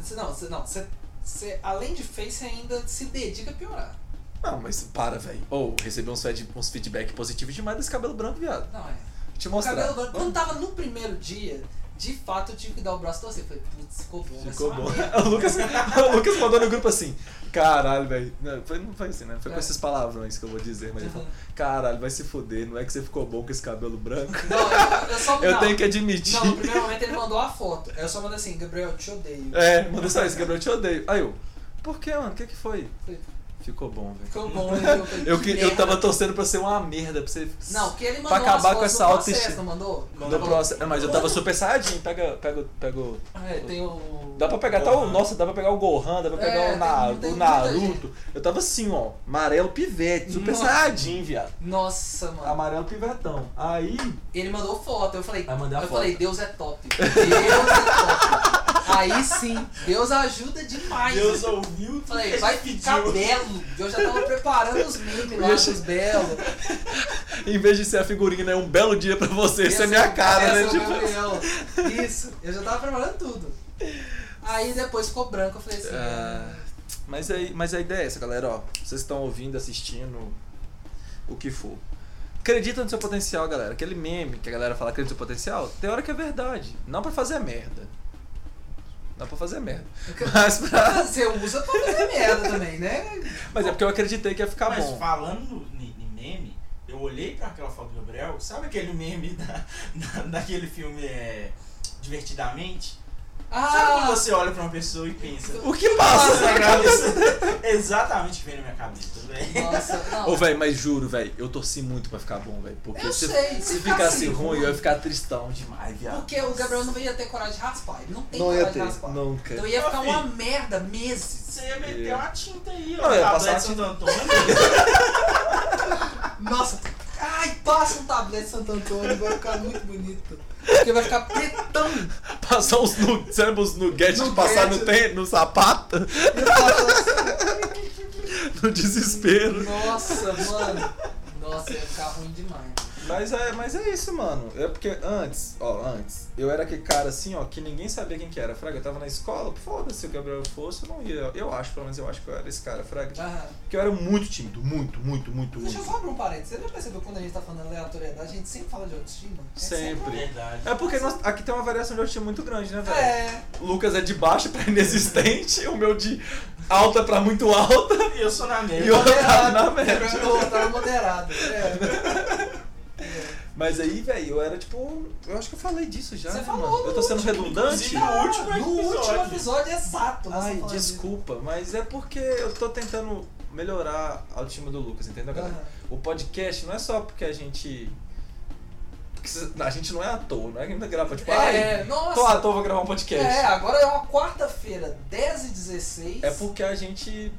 Você- Não, você, não, você, você, além de feio, você ainda se dedica a piorar.
Não, mas para, velho. Ou recebi uns, fed- uns feedback positivos demais desse cabelo branco, viado.
Não, é.
Vou Te
O
mostrar.
cabelo branco, quando tava no primeiro dia, de fato eu tive que dar o braço a torcer. Falei, putz, ficou bom. né, mas
Ficou
só
bom.
uma merda.
o, Lucas, o Lucas mandou no grupo assim, caralho, velho. Não, foi- não foi assim, né? Foi com
É. Uhum.
esses palavrões que eu vou dizer, mas ele falou, caralho, vai se fuder, não é que você ficou bom com esse cabelo branco?
Não, eu, eu só
Eu
não.
tenho que admitir.
Não, no primeiro momento ele mandou a foto. Aí eu só mandei assim, Gabriel, eu te odeio.
É, mandou só isso, Gabriel, eu te odeio. Aí eu, por que, mano? O que que foi?
Foi.
Ficou bom, velho.
Ficou bom, né? falei,
Eu, que, eu
merda.
tava torcendo pra ser uma merda, pra você.
Não, porque ele mandou
Pra
umas
acabar com
fotos do
essa
processo,
autoestima.
não mandou?
Do
Mandou.
processo. Mas eu tava super saiyajin, pega, pega, pega o.
É, tem o...
Dá pra pegar até o. Nossa, dá pra pegar o Gohan, dá pra pegar
É,
o, Na-
tem- tem
o
muita
Naruto. Eu tava assim, ó, amarelo pivete, super
Nossa.
saiyajin, viado.
Nossa, mano.
Amarelo pivetão. Aí.
Ele mandou foto, eu falei,
Aí mandei a
eu
foto.
falei, Deus é top. Deus é top. Aí sim, Deus ajuda demais.
Deus
é
ouviu.
Eu Falei, vai ficar belo. Eu já tava preparando os memes lá, os belos.
em vez de ser a figurinha, né? Um belo dia pra você, isso é minha cara, né?
Tipo...
Tipo,
Gabriel. Isso, eu já tava preparando tudo. Aí depois ficou branco, eu falei assim.
Ah, mas, aí, mas a ideia é essa, galera. Ó, vocês estão ouvindo, assistindo, o que for. Acredita no seu potencial, galera. Aquele meme que a galera fala acredita no seu potencial, tem hora que é verdade. Não pra fazer merda. Não pra fazer merda. Mas, pra-
"Ah, Você usa pra fazer merda também, né?
mas é porque eu acreditei que ia ficar
Mas
bom.
falando em em meme, eu olhei pra aquela foto do Gabriel, sabe aquele meme da, da- daquele filme é, Divertidamente? Sabe quando
Ah,
você olha pra uma pessoa e pensa,
O que passa na
né?
cabeça?
Exatamente vem na minha cabeça, velho.
nossa, não.
Ô, velho, mas juro, velho, eu torci muito pra ficar bom, velho. Porque
Eu
se,
sei,
se
se
ficasse
ficasse
ruim,
ruim,
eu ia ficar tristão demais, viado.
Porque o Gabriel não ia ter coragem de raspar. Ele não tem
Não
coragem
ia ter,
de raspar.
nunca.
Então ia ficar uma merda meses.
Você ia meter
Eu-
uma tinta aí, ó.
É. Não, eu ia
Tablete
passar a
Santo
tinta.
Antônio.
Nossa, ai, passa um tablete Santo Antônio, vai ficar muito bonito. Porque vai ficar pretão.
Passar uns nu- sabe uns nuggets de
Nuggets.
passar no, tê- no sapato,
E eu falo
no desespero.
assim, nossa, mano. Nossa, ia ficar ruim demais.
Mas é, mas é isso, mano. É porque antes, ó, antes, eu era aquele cara assim, ó, que ninguém sabia quem que era. Fraga, eu tava na escola, foda-se, se o Gabriel fosse, eu não ia. Eu acho, pelo menos eu acho que eu era esse cara, Fraga.
Ah,
Porque eu era muito tímido, muito, muito, muito,
deixa eu
muito.
só abrir um parênteses. Você já percebeu quando a gente tá falando de aleatoriedade, a gente sempre fala de autoestima? É
Sempre.
Verdade.
É porque nós- aqui tem uma variação de autoestima muito grande, né, velho?
É.
O Lucas é de baixo pra inexistente, o meu de alta pra muito alta
E eu sou na
e o
merda.
outro tá na
Pra
média.
É. eu tava moderado. É.
Mas aí, velho, eu era tipo. Eu acho que eu falei disso já.
Você
né,
falou
mano? Eu tô sendo redundante.
Inclusive, no último
No último
episódio.
episódio, exato. nós
Ai,
falamos disso.
desculpa, mas é porque eu tô tentando melhorar a autoestima do Lucas, entendeu, galera?
Aham.
O podcast não é só porque a gente. porque cê- A gente não é à toa, não é que ainda grava, tipo,
É,
ai,
nossa.
tô à toa, vou gravar um podcast.
É, agora é uma quarta-feira, 10 e 16
É porque a gente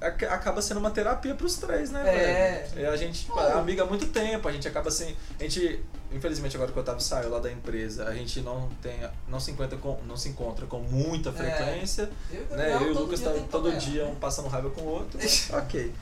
ac- acaba sendo uma terapia pros três, né,
É.
velho? E a gente tipo, é amiga há muito tempo, a gente acaba sem. A gente, infelizmente, agora que o Otávio saiu lá da empresa, a gente não tem. não se encontra com, não se encontra com muita frequência.
É. Eu, e o
né?
Gabriel,
Eu e o
todo
Lucas
dia
tá
tem que
todo
trabalhar.
dia um passando raiva com o outro. ok.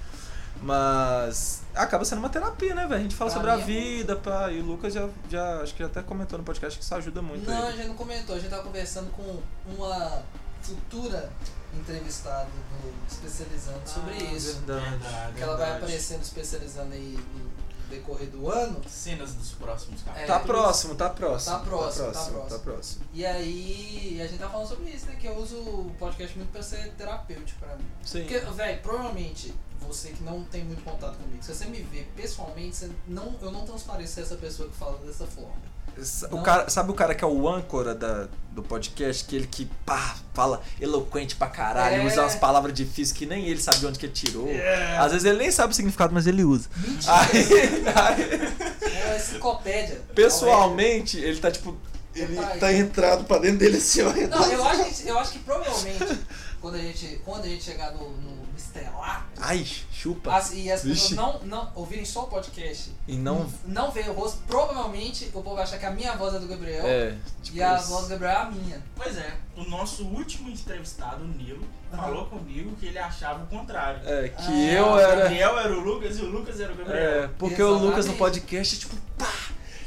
Mas acaba sendo uma terapia, né, velho? A gente fala
Pra
sobre a
mim é muito.
vida, pá. E o Lucas já, já acho que já até comentou no podcast que isso ajuda muito
Não, a
ele.
gente não comentou, a gente tava conversando com uma futura entrevistada do Especializando sobre
Ah,
isso.
Verdade.
Que ela vai
verdade.
aparecendo especializando aí no decorrer do ano.
Cenas dos próximos capítulos.
Tá
É,
próximo, tá próximo.
Tá próximo, tá
Tá
próximo.
próximo.
E aí a gente tava falando sobre isso, né? Que eu uso o podcast muito pra ser terapêutico pra mim.
Sim.
Porque, velho, provavelmente você que não tem muito contato comigo, se você me vê pessoalmente, você não, eu não transpareço ser essa pessoa que fala dessa forma.
Sa- O
Não.
cara, sabe o cara que é o âncora da, do podcast? Que ele que pá, fala eloquente pra caralho,
É.
usa umas palavras difíceis que nem ele sabe de onde que ele tirou.
É.
Às vezes ele nem sabe o significado, mas ele usa.
Mentira!
Aí, aí,
É uma enciclopédia.
pessoalmente, ele tá tipo.
Ele
Ele
tá aí.
tá entrado pra dentro dele assim, ó.
Não, eu acho, que- eu acho que provavelmente, quando a gente, quando a gente chegar no, no estrelato,
Ai, chupa.
as- e as pessoas
Vixe.
não, não ouvirem só o podcast,
E não.
não ver o rosto, provavelmente o povo vai achar que a minha voz é do Gabriel
É. Tipo,
e a
isso.
voz do Gabriel é a minha.
Pois é, o nosso último entrevistado, o Nilo,
Aham.
falou comigo que ele achava o contrário.
É, que
Ah,
eu
O
era.
Gabriel era o Lucas e o Lucas era o Gabriel.
É, porque o
Exatamente.
Lucas no podcast é tipo, pá,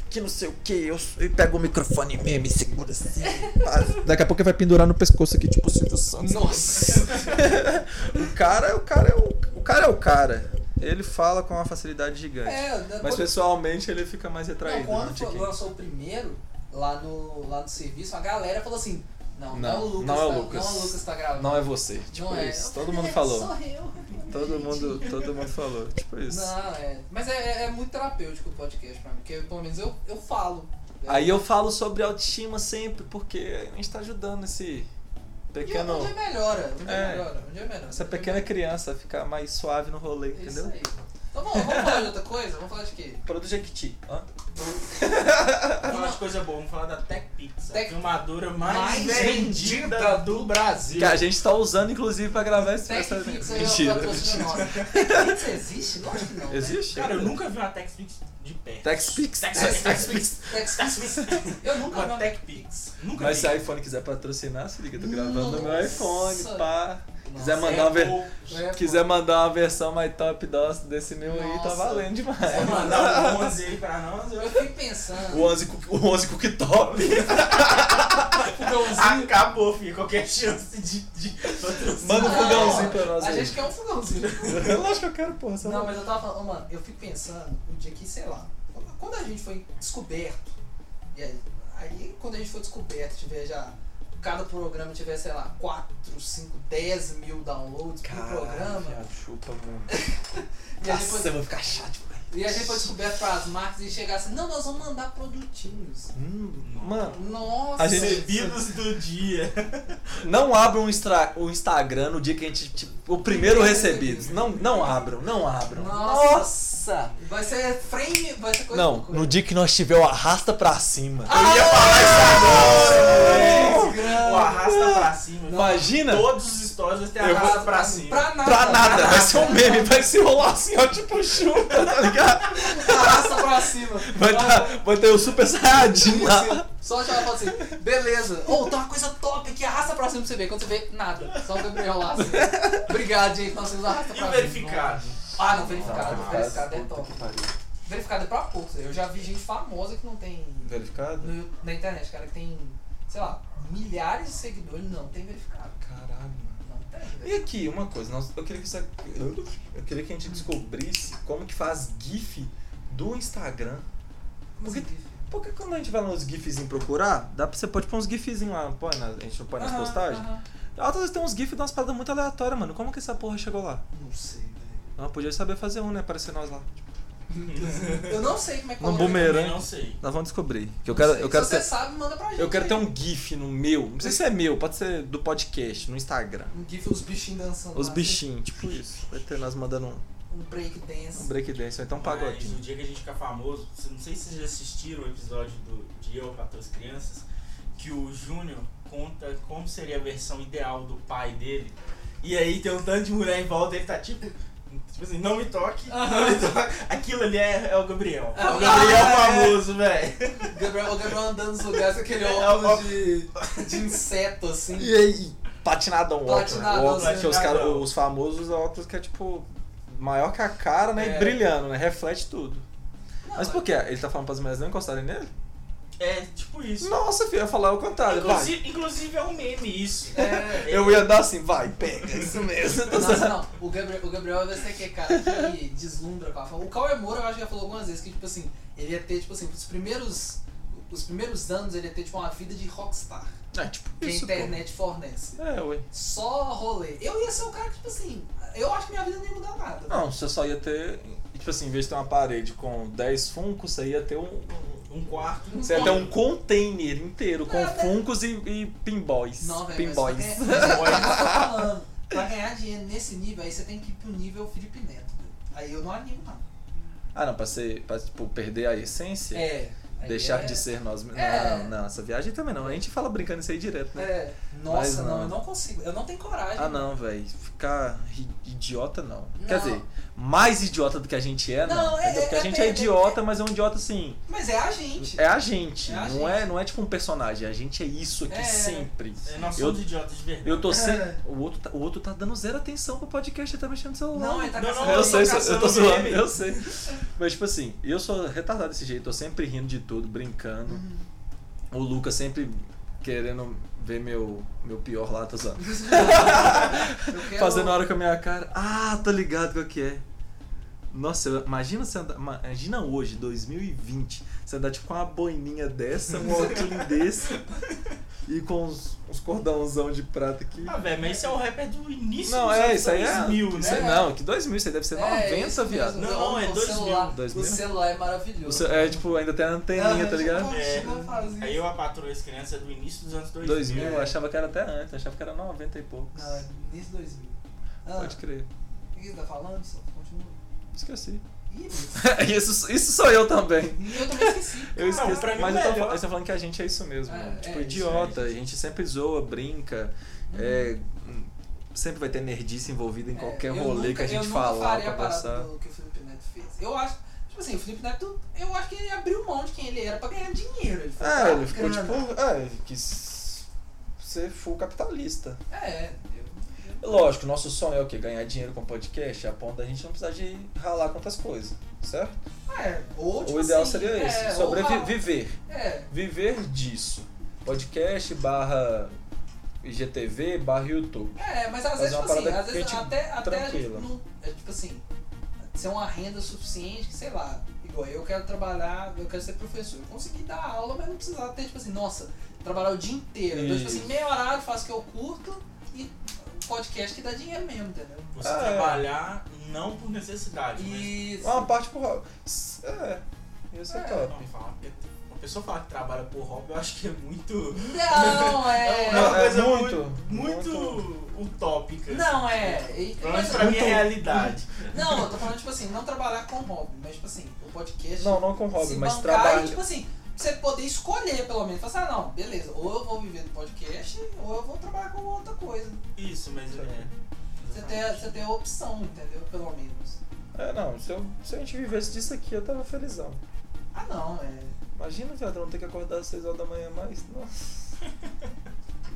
que não sei o que, eu, eu pego o microfone mesmo e segura assim. pá. Daqui a pouco ele vai pendurar no pescoço aqui, tipo o Silvio Santos.
Nossa!
O cara, o cara é o, o cara é o cara. Ele fala com uma facilidade gigante.
É, da-
Mas
quando-
pessoalmente ele fica mais
não,
retraído. né,
quando foi-
Tiquinho?
lançou o primeiro, lá no, lá no serviço, a galera falou assim, não, não, é o
Não,
Lucas,
não é o
tá-
Lucas.
não é o Lucas que tá gravando.
Não é você. Tipo
Não é.
isso.
Eu
Todo
falei,
mundo
"É,
falou.
sou eu."
Todo mundo, todo mundo falou. Tipo isso.
Não, é. Mas é, é- é muito terapêutico o podcast pra mim, porque pelo menos eu, eu falo.
Aí eu falo sobre autoestima sempre, porque a gente tá ajudando esse
E um
pequeno.
dia melhora, um dia
É.
melhora, um dia melhora.
Essa
um dia
pequena
melhora.
criança a ficar mais suave no rolê,
É Isso
entendeu?
aí. Então vamos, vamos falar de outra coisa? Vamos falar de quê?
Produto Jequiti. Hã?
Vamos falar de coisa boa, vamos falar da Tech Pizza,
Tech-
a filmadora mais,
Mais
vendida,
vendida
do Brasil.
Que a gente tá usando, inclusive, pra gravar esse
Tech
essa...
Pizza
Mentira.
é o patrocínio nosso. Tech Pizza existe? Lógico que não. né?
Existe?
Cara, eu nunca vi uma Tech Pix de perto.
TechPix.
Tex- TechPix.
Tech
Tex-
Pizza.
Tex-
Eu nunca vi
Uma
uma
Tech Pix. Nunca
Mas
vi.
se o iPhone quiser patrocinar, se liga, eu tô gravando no meu
Nossa.
iPhone, pá. Quiser
Nossa,
é mandar, uma ver-
Apple.
é, pô.
quiser mandar uma versão mais top dose desse meu aí, tá
Nossa.
valendo demais.
Se mandar um 11 aí pra nós, eu
Eu fico pensando.
O 11, cu- o 11 cooktop.
fogãozinho.
Acabou, filho. Qualquer chance de, de patrocínio.
Manda um
Não,
fogãozinho pra nós
A
aí.
gente quer um fogãozinho.
Lógico que eu quero, porra. Só
Não, mas eu tava falando, ô, mano, eu fico pensando o dia que, sei lá, quando- quando a gente foi descoberto, e aí, aí quando a gente foi descoberto, tiver já. Cada programa tiver, sei lá, 4, 5, 10 mil downloads pro programa.
viado, chupa muito.
E a, gente
Nossa,
foi,
eu vou ficar chato demais.
e a gente foi descoberto pras marcas e chegasse, não, nós vamos mandar produtinhos.
Hum, mano,
Nossa!
A gente-
Bebidas do dia.
Não abram o, Instra- o Instagram no dia que a gente. tipo, o primeiro recebido. Não, não abram, não abram.
Nossa! Vai ser frame, vai ser coisa
Não,
loucura.
no dia que nós tiver o arrasta pra cima.
Eu ia falar
Ah, é
isso agora.
Grande.
O arrasta pra cima.
Imagina!
Todos os stories vão ter
Eu vou-
arrasta pra cima.
Pra nada.
Pra nada, vai ser um meme, vai se rolar assim, ó, tipo chuta, tá ligado?
Arrasta pra cima.
Vai, tá, vai ter o super saiyajin lá.
Isso. Só chamar e falar assim, beleza. Ou tá uma coisa top aqui, arrasta pra cima pra você ver. Quando você vê, nada. Só o Gabriel lá. assim. Obrigado, gente. Nós temos arrasta
E
pra
o
cima.
verificado?
Ah, não, verificado.
Nossa,
verificado é top. Verificado é pra poucos. Eu já vi gente famosa que não tem.
é Verificado?
no- na internet, cara, que tem, sei lá, milhares de seguidores, não tem verificado.
Caralho.
Não tem.
E
velho.
aqui, uma coisa, nós- eu, queria que você- eu queria que a gente descobrisse como que faz GIF do Instagram.
assim,
Porque Porque quando a gente vai lá nos gifzinhos procurar, dá pra, você pode pôr tipo, uns gifzinhos lá, não põe na- a gente não põe nas
Aham,
postagens.
aham.
Altas vezes tem uns gifs de umas paradas muito aleatórias, mano. Como que essa porra chegou lá?
Não sei, velho.
Não, podia saber fazer um, né? Aparecer nós lá.
Eu não sei como é que
Num
coloca.
boomerang.
Também Não sei.
Nós vamos descobrir. Que eu
Não
quero,
sei.
eu quero
Se você
ter,
sabe, manda pra gente.
eu quero
aí.
ter um gif no meu. Não sei se é meu, pode ser do podcast, no Instagram.
Um GIF, os bichinhos dançando.
Os
lá,
bichinhos, tipo isso. Vai ter nós mandando um,
assim, Um break dance.
um breakdance, ou então um
Mas
pagodinho.
o dia que a gente ficar famoso, você- não sei se vocês já assistiram o episódio do, de Eu para as Crianças, que o Júnior conta como seria a versão ideal do pai dele. E aí tem um tanto de mulher em volta, ele tá tipo. Tipo assim, não me toque, não me toque. Aquilo ali é, é o Gabriel. É o Gabriel
Ah, é.
famoso, velho.
Gabriel, o Gabriel andando nos lugares com aquele
É,
óculos de, de inseto, assim.
E aí? Patinadão, óculos. né?
Patinadão,
O óculos que os,
patinadão.
cara, os famosos óculos que é tipo maior que a cara, né?
É.
E brilhando, né? Reflete tudo.
Não,
Mas por quê? Ele tá falando pras mulheres não encostarem nele?
É tipo isso.
Nossa, filho, eu ia falar o contrário. Vai.
Inclusive, inclusive é um meme isso.
É.
Eu ia dar assim, vai, pega, isso mesmo.
Nossa, não. O Gabriel, o Gabriel vai ser que é cara que deslumbra com a fama. O Cauê Moura, eu acho que já falou algumas vezes que, tipo assim, ele ia ter, tipo assim, os primeiros. Os primeiros anos ele ia ter, tipo, uma vida de rockstar.
É, tipo,
Que
isso,
a
pô.
internet fornece.
É, ué.
Só rolê. Eu ia ser o cara que, tipo assim, eu acho que minha vida não ia mudar nada.
Não, você só ia ter. Tipo assim, em vez de ter uma parede com 10 funcos, você ia ter um.
Um quarto.
Não
Você
tem.
ia ter um container inteiro com
É, velho.
funcos e, e pinboys.
Não, velho. mas é-
pinboys.
pra ganhar- mas eu tô falando, Pra ganhar dinheiro nesse nível, aí você tem que ir pro nível Felipe Neto. velho. Aí eu não animo, não.
Ah, não, pra, ser, pra tipo, perder a essência.
É. aí
Deixar
é-
de ser nós.
É.
Não, não, essa viagem também não. A gente fala brincando isso aí direto, né?
É. Nossa,
Mas
não.
não.
eu não consigo. Eu não tenho coragem.
Ah, não, velho. Ficar ri- idiota, não.
Não.
Quer dizer, mais idiota do que a gente é, não.
Não, é-
entendeu? Porque
é-
a gente
é-
é,
é-
idiota, mas é um idiota assim.
Mas é a gente.
É a gente,
É a
não,
gente.
É, não é tipo um personagem. A gente é isso aqui
É.
sempre.
É, nós
Eu-
somos idiotas de verdade.
Eu tô sem.
É.
O, outro tá, o outro tá dando zero atenção pro podcast, ele tá mexendo no celular.
Não, ele tá
Não,
caçando
não,
eu
ele
sei,
tá
caçando
eu tô zoando,
meme.
eu sei. Mas tipo assim, eu sou retardado desse jeito, tô sempre rindo de tudo, brincando.
Uhum.
O Lucas sempre querendo ver meu, meu pior lá, tô zoando.
Eu quero-
Fazendo hora com a minha cara. Ah, tô ligado qual que é. Nossa, eu- imagina você andar, imagina hoje, 2020, você andar tipo com uma boininha dessa, um óculos desse e com uns, uns cordãozão de prata aqui.
Ah, velho, mas isso é o rapper do início
Não,
dos
é,
anos
isso aí é.
2000, né?
isso aí- Não, que 2000, isso aí deve ser 90,
É, isso
viado.
mesmo,
Não, não, é
o
2000.
celular- O
2000?
celular é
O
maravilhoso.
seu- É tipo, ainda tem a anteninha, tá ligado?
É.
Não faz
Aí
isso.
eu a patroa as crianças é do início dos anos 2000.
2000,
né?
eu achava que era até antes, eu achava que era 90 e pouco.
Não, é nesse 2000. Ah,
Pode crer.
o que você tá falando? Só continua. Esqueci. Ih, mas-
isso, isso sou eu também.
e eu também esqueci.
Eu
Não,
esqueci,
pra mim
mas
é
eu tô,
melhor.
fal- eu tô falando que a gente é isso mesmo.
É,
mano.
é
tipo,
isso, Uhum.
idiota,
é
a gente sempre zoa, brinca. é, hum, sempre vai ter nerdice envolvida em qualquer
É, eu
rolê que
nunca-
a gente
eu nunca
falar
faria
pra
a parada
passar.
do que o Felipe Neto fez. Eu acho, tipo assim, o Felipe Neto, eu acho que ele abriu mão de quem ele era pra ganhar dinheiro. Ele foi
É,
pra
ele ficou
Ah, grana.
tipo. É, ele quis ser full capitalista.
É, eu, eu
Lógico, nosso sonho é o quê? Ganhar dinheiro com podcast, a ponto da gente não precisar de ralar quantas coisas, certo?
É, ou, tipo
o ideal
assim,
seria
é,
esse,
ou vai-
sobreviver.
É,
Viver disso. Podcast barra IGTV barra YouTube.
é, mas às
Fazer
vezes,
uma
tipo assim,
parada
às vezes
que fique
até, até a gente
tranquila.
não. É tipo assim, ser uma renda suficiente, que, sei lá, igual eu quero trabalhar, eu quero ser professor. Eu consegui dar aula, mas não precisava ter, tipo assim, nossa, trabalhar o dia inteiro. Então, tipo assim,
Isso.
meio horário, faço o que eu curto e podcast que dá dinheiro mesmo, entendeu?
Você
Ah, é.
trabalhar não por necessidade, mas.
Isso.
Ah, Uma parte pro hobby. S- É, isso é,
É,
top.
Não, falar, porque uma pessoa falar que trabalha por hobby, eu acho que é muito.
Não, é.
uma
Não, é
coisa
muito,
muito, utópica. assim.
Não, é. e-
Pelo menos
mas-
pra mim é realidade.
Não, eu tô falando, tipo assim, não trabalhar com hobby, mas, tipo assim, o podcast.
Não, não com hobby,
se
mas
bancar
trabalho.
e, tipo assim, você poder escolher, pelo menos. Falar assim, ah, não, beleza, ou eu vou viver do podcast, ou eu vou trabalhar com outra coisa.
Isso, mas é.
Você tem, a- você tem a opção, entendeu? Pelo menos.
É, não, se, eu, se a gente vivesse disso aqui, eu tava felizão.
Ah, não, é.
Imagina, viado, eu não ter que acordar às 6 horas da manhã mais. Nossa.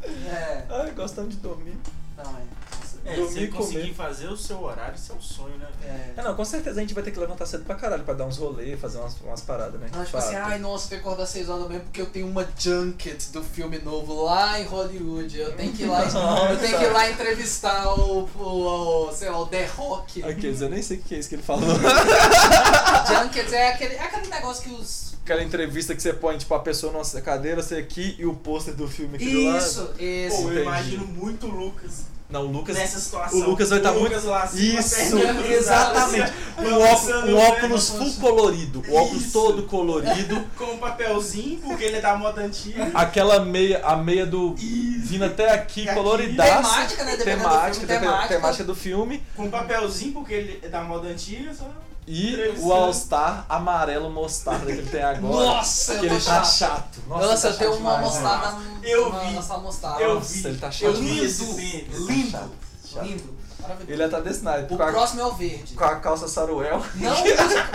É.
Ai, gostando de dormir.
Não, é. nossa,
É,
Dormir
você
e
conseguir
comer.
fazer o seu horário, isso é um sonho, né?
é.
É, não, com certeza a gente vai ter que levantar cedo pra caralho pra dar uns rolês, fazer umas, umas paradas, né?
Não, tipo
Fato.
assim, ai nossa, eu tenho que acordar às 6 horas da manhã porque eu tenho uma junket do filme novo lá em Hollywood. Eu tenho que ir lá, eu tenho que ir lá entrevistar o, o, o, sei lá, o The Rock.
Aqueles, eu nem sei o que é isso que ele falou.
Junkets é aquele, é aquele negócio que os.
Aquela entrevista que você põe, tipo, a pessoa numa cadeira, você aqui e o pôster do filme aqui do lado.
Isso,
Pô,
isso.
eu
Entendi.
imagino muito o Lucas
Não, o Lucas.
nessa situação.
o Lucas vai tá muito-
Lucas lá, assim, com a
Isso,
perna cruzada,
exatamente.
assim,
Um óculos,
pensando,
um
né,
óculos
no-
full colorido. O óculos
Isso.
todo colorido.
com um papelzinho, porque ele é da moda antiga.
Aquela meia, a meia do.
Isso.
Vindo até aqui,
Aqui.
coloridaça.
Temática, né, dependendo do
Tá, Temática,
filme,
depe-
temática.
temática do filme.
Com um papelzinho, porque ele é da moda antiga, só.
E
Interessante.
o All-Star amarelo mostarda que ele tem agora.
Nossa,
que
eu
ele
tô
tá
chato.
chato. Nossa,
Nossa,
ele
eu
tá
tenho
chato
uma
demais, né?
mostarda.
Eu
uma
vi.
nossa mostarda.
Eu
Nossa,
vi.
ele tá chato
Eu
demais.
vi esse meme. é
Ele tá
Lindo.
chato, chato.
é Lindo. Maravilhoso.
Ele ia tá desse naipe,
O
com, a-
próximo é o verde.
com a calça saruel.
Não usa.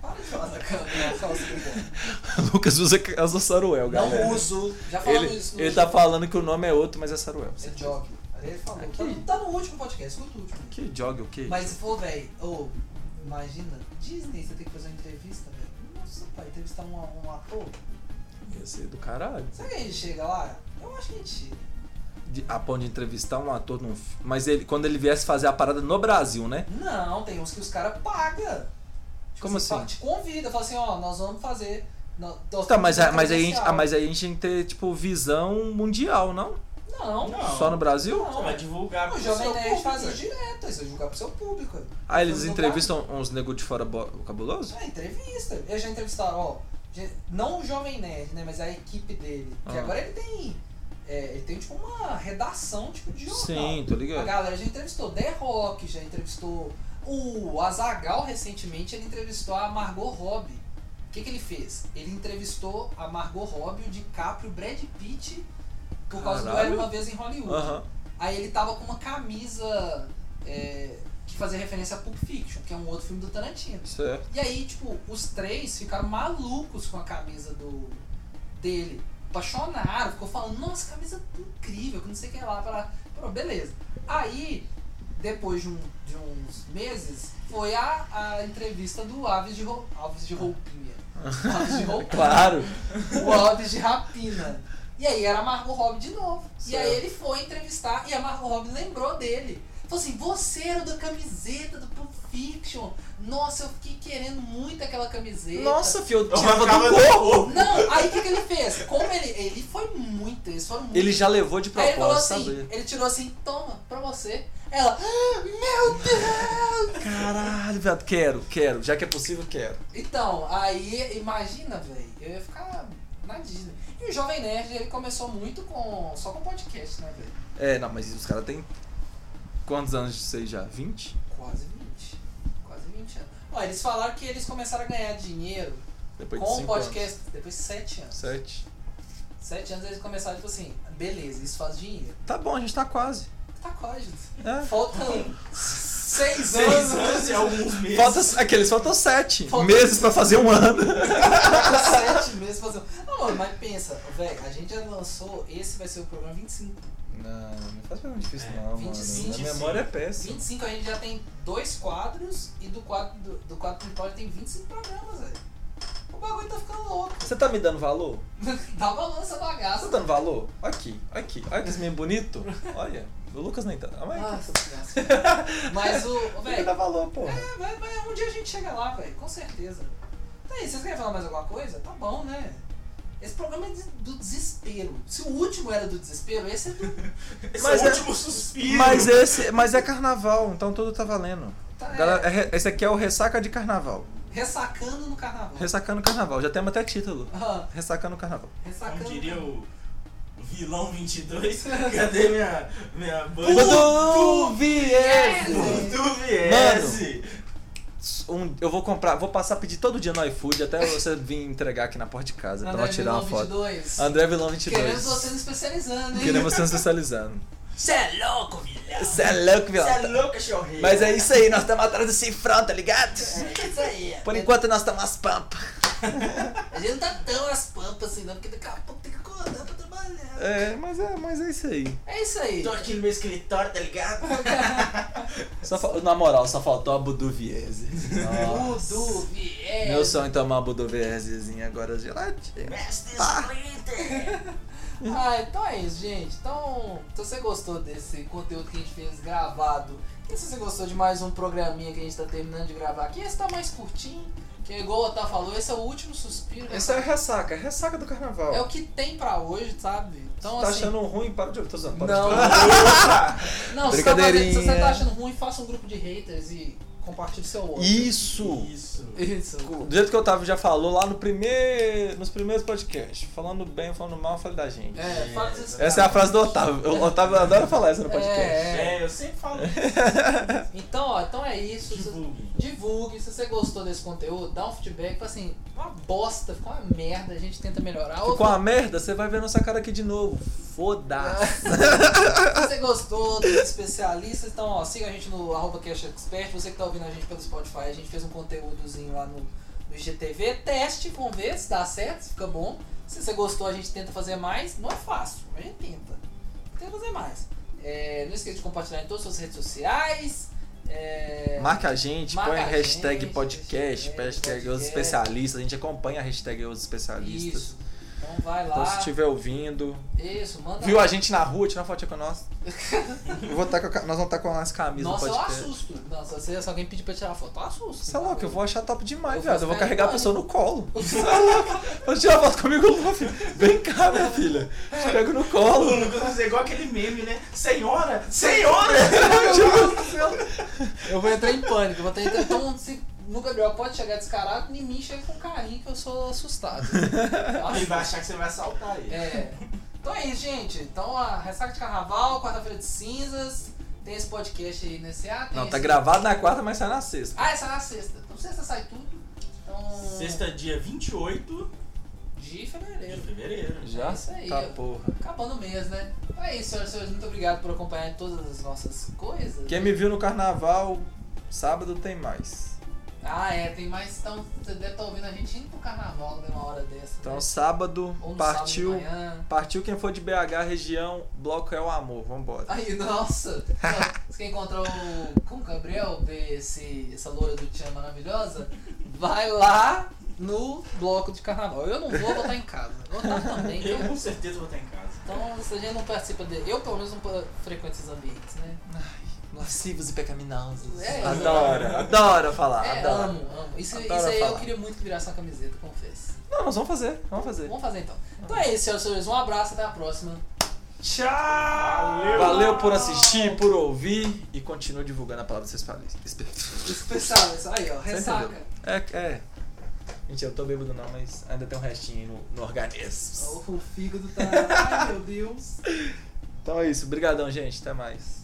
Para de falar da câmera, calça do bom.
Lucas usa calça saruel, galera.
Não uso. Já falamos
Ele,
isso no
ele tá falando que o nome é outro, mas é saruel.
É jog. Aí ele falou.
Aqui.
Tá, no- tá no último podcast, escuta o último.
Que jog o quê?
Mas, pô, velho, ô, imagina, Disney, você tem que fazer uma entrevista, velho. Nossa, pai, entrevistar um, um ator.
Ia ser do caralho.
Será que a gente chega lá? Eu acho que a gente chega.
De- a ponto de entrevistar um ator num fi- Mas ele, quando ele viesse fazer a parada no Brasil, né?
Não, tem uns que os caras pagam.
Como assim?
Te convida, fala assim, ó, nós vamos fazer. nó- nós
Tá, mas, a-
temos um
mas, aí a gente,
credencial.
ah, mas aí a gente tem que ter, tipo, visão mundial, não?
Não, não.
Não.
Só no Brasil?
Você vai divulgar
O
pro
Jovem
seu
Nerd faz isso
público.
direto, aí você julgar pro seu público.
Ah, eles
Faz um
entrevistam uns nego de fora bo- cabuloso?
lugar- É, entrevista. Eles já entrevistaram, ó, já- não o Jovem Nerd, né, mas a equipe dele. Que
Ah.
agora ele tem, é, ele tem, tipo, uma redação, tipo, de jornal.
Sim, tô
A
ligado.
galera já entrevistou The Rock, já entrevistou o Azagal recentemente, ele entrevistou a Margot Robbie. O que, que ele fez? Ele entrevistou a Margot Robbie, o DiCaprio, o Brad Pitt por causa do
Caralho.
Era uma vez em Hollywood.
Aham.
Aí ele tava com uma camisa é, que fazia referência a Pulp Fiction, que é um outro filme do Tarantino.
Certo.
E aí, tipo, os três ficaram malucos com a camisa do dele. Apaixonaram, ficou falando, nossa, camisa tá incrível, que não sei o que lá. Pra... Pô, beleza. Aí, depois de, um- de uns meses, foi a, a entrevista do Aves de, Rou- Aves de Roupinha. Aves de Roupinha
Claro.
o Alves de Rapina. E aí era a Margot Robbie de novo. E aí
Certo.
ele foi entrevistar e a Margot Robbie lembrou dele. Falou assim, você era da camiseta do Pulp Fiction. Nossa, eu fiquei querendo muito aquela camiseta.
Nossa, fio, eu
Eu
tirava
arrancava
do
do
corpo.
Não, aí o que, que ele fez? Como ele... Ele foi muito, eles foram muito...
Ele já levou de
Aí ele falou
propósito,
assim,
sabe?
ele tirou assim, toma, pra você. Ela, "Ah, meu Deus!
Caralho, viado, quero, quero. Já que é possível, quero.
Então, aí, imagina, velho, eu ia ficar na Disney. E o Jovem Nerd, ele começou muito com. só com podcast, né, velho?
É, não, mas os caras têm. Quantos anos vocês já? 20?
Quase 20. Quase 20 anos. Ó, eles falaram que eles começaram a ganhar dinheiro
Depois de
com o
5
podcast depois de 7
anos.
anos.
7.
7 anos eles começaram, tipo assim, beleza, isso faz dinheiro.
Tá bom, a gente tá quase.
Tá quase, gente.
É.
Faltam 6
Seis
anos.
anos é um e alguns meses.
Falta, aqueles faltam 7
Falta-
meses pra fazer um ano.
um. sete meses fazendo. Não, mano, mas pensa, velho, a gente já lançou, esse vai ser o programa 25.
Não, não faz pergunta difícil
É,
não,
25,
mano. Minha memória é péssima.
25 a gente já tem dois quadros e do quadro, do, do quadro principal já tem 25 programas, velho. O bagulho tá ficando louco.
Você tá me dando valor?
Dá né? valor nessa
Você
bagaça.
tá dando valor? Aqui, aqui. Olha que esse menino bonito. Olha, o Lucas nem tá. Ah, mas
Nossa, desgraça. Mas o. ô,
tem que dar
Velho,
valor, pô.
é, vai, vai, um dia a gente chega lá, velho, com certeza. Tá aí, vocês querem falar mais alguma coisa? Tá bom, né? Esse programa é de- do desespero. Se o último era do desespero, esse é do.
Esse
Mas
é o
é-
último suspiro.
Mas, esse, mas é carnaval, então tudo tá valendo.
Tá, é,
Galera, é re- esse aqui é o Ressaca de Carnaval.
Ressacando no carnaval.
Ressacando Carnaval, já temos até título.
Ah,
Ressacando Carnaval.
ressacando.
Como diria o vilão 22, cadê minha, minha
Quando
banda?
tu vieres.
Tu viesse.
Um- eu vou comprar, vou passar a pedir todo dia no iFood até você vir entregar aqui na porta de casa pra
André
nós tirar uma
Vilão
foto.
22.
André Vilão
Queremos vocês
22.
especializando, hein?
Queremos você nos especializando.
Cê é louco, vilão.
Você é louco,
Cê é
vilão.
louco, chorreiro.
Mas é isso aí, nós estamos atrás do cifrão, tá ligado?
É isso aí.
Por enquanto nós estamos as pampas.
A gente não tá tão as pampas assim, não, porque daqui a pouco tem que acordar pra trabalhar.
É, mas é, mas é isso aí.
É isso aí.
Tô aqui no meu escritório, tá ligado?
Só, fa- na moral, só faltou a Budu Viese.
Tudo viés.
Meu sonho é tomar uma Budu Viesezinha agora gelatina.
Mestre
Pá.
Splinter.
Ah, então é isso, gente. Então, se você gostou desse conteúdo que a gente fez gravado, e se você gostou de mais um programinha que a gente tá terminando de gravar aqui, esse tá mais curtinho, que é igual o Otá falou, esse é o último suspiro. né?
Essa é a ressaca, é a ressaca do carnaval.
É o que tem pra hoje, sabe? Então,
tá
assim.
achando ruim? Para de tô zoando, para de-
Não, não se, tá fazendo, se você
Brincadeirinha.
tá achando ruim, faça um grupo de haters e compartilhe seu ódio.
Isso!
Isso.
Isso.
Do jeito que o Otávio já falou lá no primeiro, nos primeiros podcasts. Falando bem, falando mal, fale da gente.
É, fala isso.
Essa é a frase do Otávio. O Otávio adora falar isso no podcast.
É, é.
É, eu sempre falo
Então, ó, então é isso.
isso. tipo,
Você-
Divulguem.
Divulgue, se você gostou desse conteúdo, dá um feedback, fala assim, uma bosta, ficou uma merda, a gente tenta melhorar. Ou
Ficou uma merda, você vai ver nossa cara aqui de novo. Foda-se.
se você gostou dos especialistas, então ó, siga a gente no arroba Cash Expert, você que tá ouvindo a gente pelo Spotify, a gente fez um conteúdozinho lá no, no IGTV, teste, vamos ver se dá certo, se fica bom. Se você gostou, a gente tenta fazer mais, não é fácil, mas a gente tenta. Tenta fazer mais. É, não esqueça de compartilhar em todas as suas redes sociais. É,
Marca a gente,
Marca
põe
a
hashtag
gente,
podcast,
hashtag
hashtag, os
podcast.
especialistas. A gente acompanha a hashtag os especialistas.
Isso. Então vai lá.
Então se estiver ouvindo,
Isso, manda
viu a gente na rua, tira uma fotinha com nós. Eu vou tá com a ca- nós vamos estar com as camisas
Nossa,
do
eu
podcast.
assusto. Nossa, se se alguém pedir pra tirar foto, eu assusto.
Você é louco, eu vou achar top
Eu
demais,
vou
viado. Eu vou
ficar
carregar a
igual.
pessoa no colo. Você é louco. Vou tirar foto comigo, Luffy. Vem cá, minha filha. Eu Te pego no
O
colo.
Lucas vai fazer igual aquele meme, né? Senhora! Senhora!
Eu vou entrar em pânico. eu Vou tentar, então, se no Gabriel pode chegar descarado, em mim chega com carinho que eu sou assustado. Eu
Ele vai
assusto.
achar que você vai assaltar ele.
É. Então é isso, gente. Então, a ressaca de carnaval, quarta-feira de cinzas. Tem esse podcast aí nesse A. tem
Não, tá
esse-
gravado na quarta, mas sai na sexta.
Ah, essa é na sexta. Então, sexta sai tudo. Então.
Sexta, dia 28
De
de
fevereiro. É
fevereiro.
Já?
isso aí,
Tá
ó.
porra.
Acabando o mês, né? Então é isso, senhoras e senhores. Muito obrigado por acompanhar todas as nossas coisas.
Quem me viu no carnaval, sábado tem mais.
Ah, é, tem mais. Então, você deve estar ouvindo a gente indo pro carnaval numa hora dessa.
Então
né?
sábado
Ou no
partiu.
sábado de manhã.
Partiu quem for de BH, região, bloco é o amor, vambora.
Aí, nossa! Então, Se quer encontrar o, com o Gabriel, ver esse, essa loura do Tchan maravilhosa, vai lá no bloco de carnaval. Eu não vou, vou estar em casa. Vou estar também. que
Eu
eu-
com certeza vou estar em casa.
Então, se a gente não participa de. Eu, pelo menos, não pa- frequento esses ambientes, né?
Lascivos e pecaminosos.
É,
adora, adora falar,
É,
adora.
amo, amo. Isso, isso
Ah, Adoro
aí eu
falar.
queria muito que virasse uma camiseta, confesso.
Não, nós vamos fazer, vamos fazer.
Vamos fazer então. Então é isso, senhoras e senhores. Um abraço, até a próxima.
Tchau!
Valeu por assistir, por ouvir e continue divulgando a palavra que vocês falam. Espe-
Especial, é aí, ó. Ressaca.
entendeu? É, é. Mentira, eu tô bêbado não, mas ainda tem um restinho aí no, no organismo.
O fígado tá. Ai, meu Deus.
Então é isso, brigadão gente, até mais.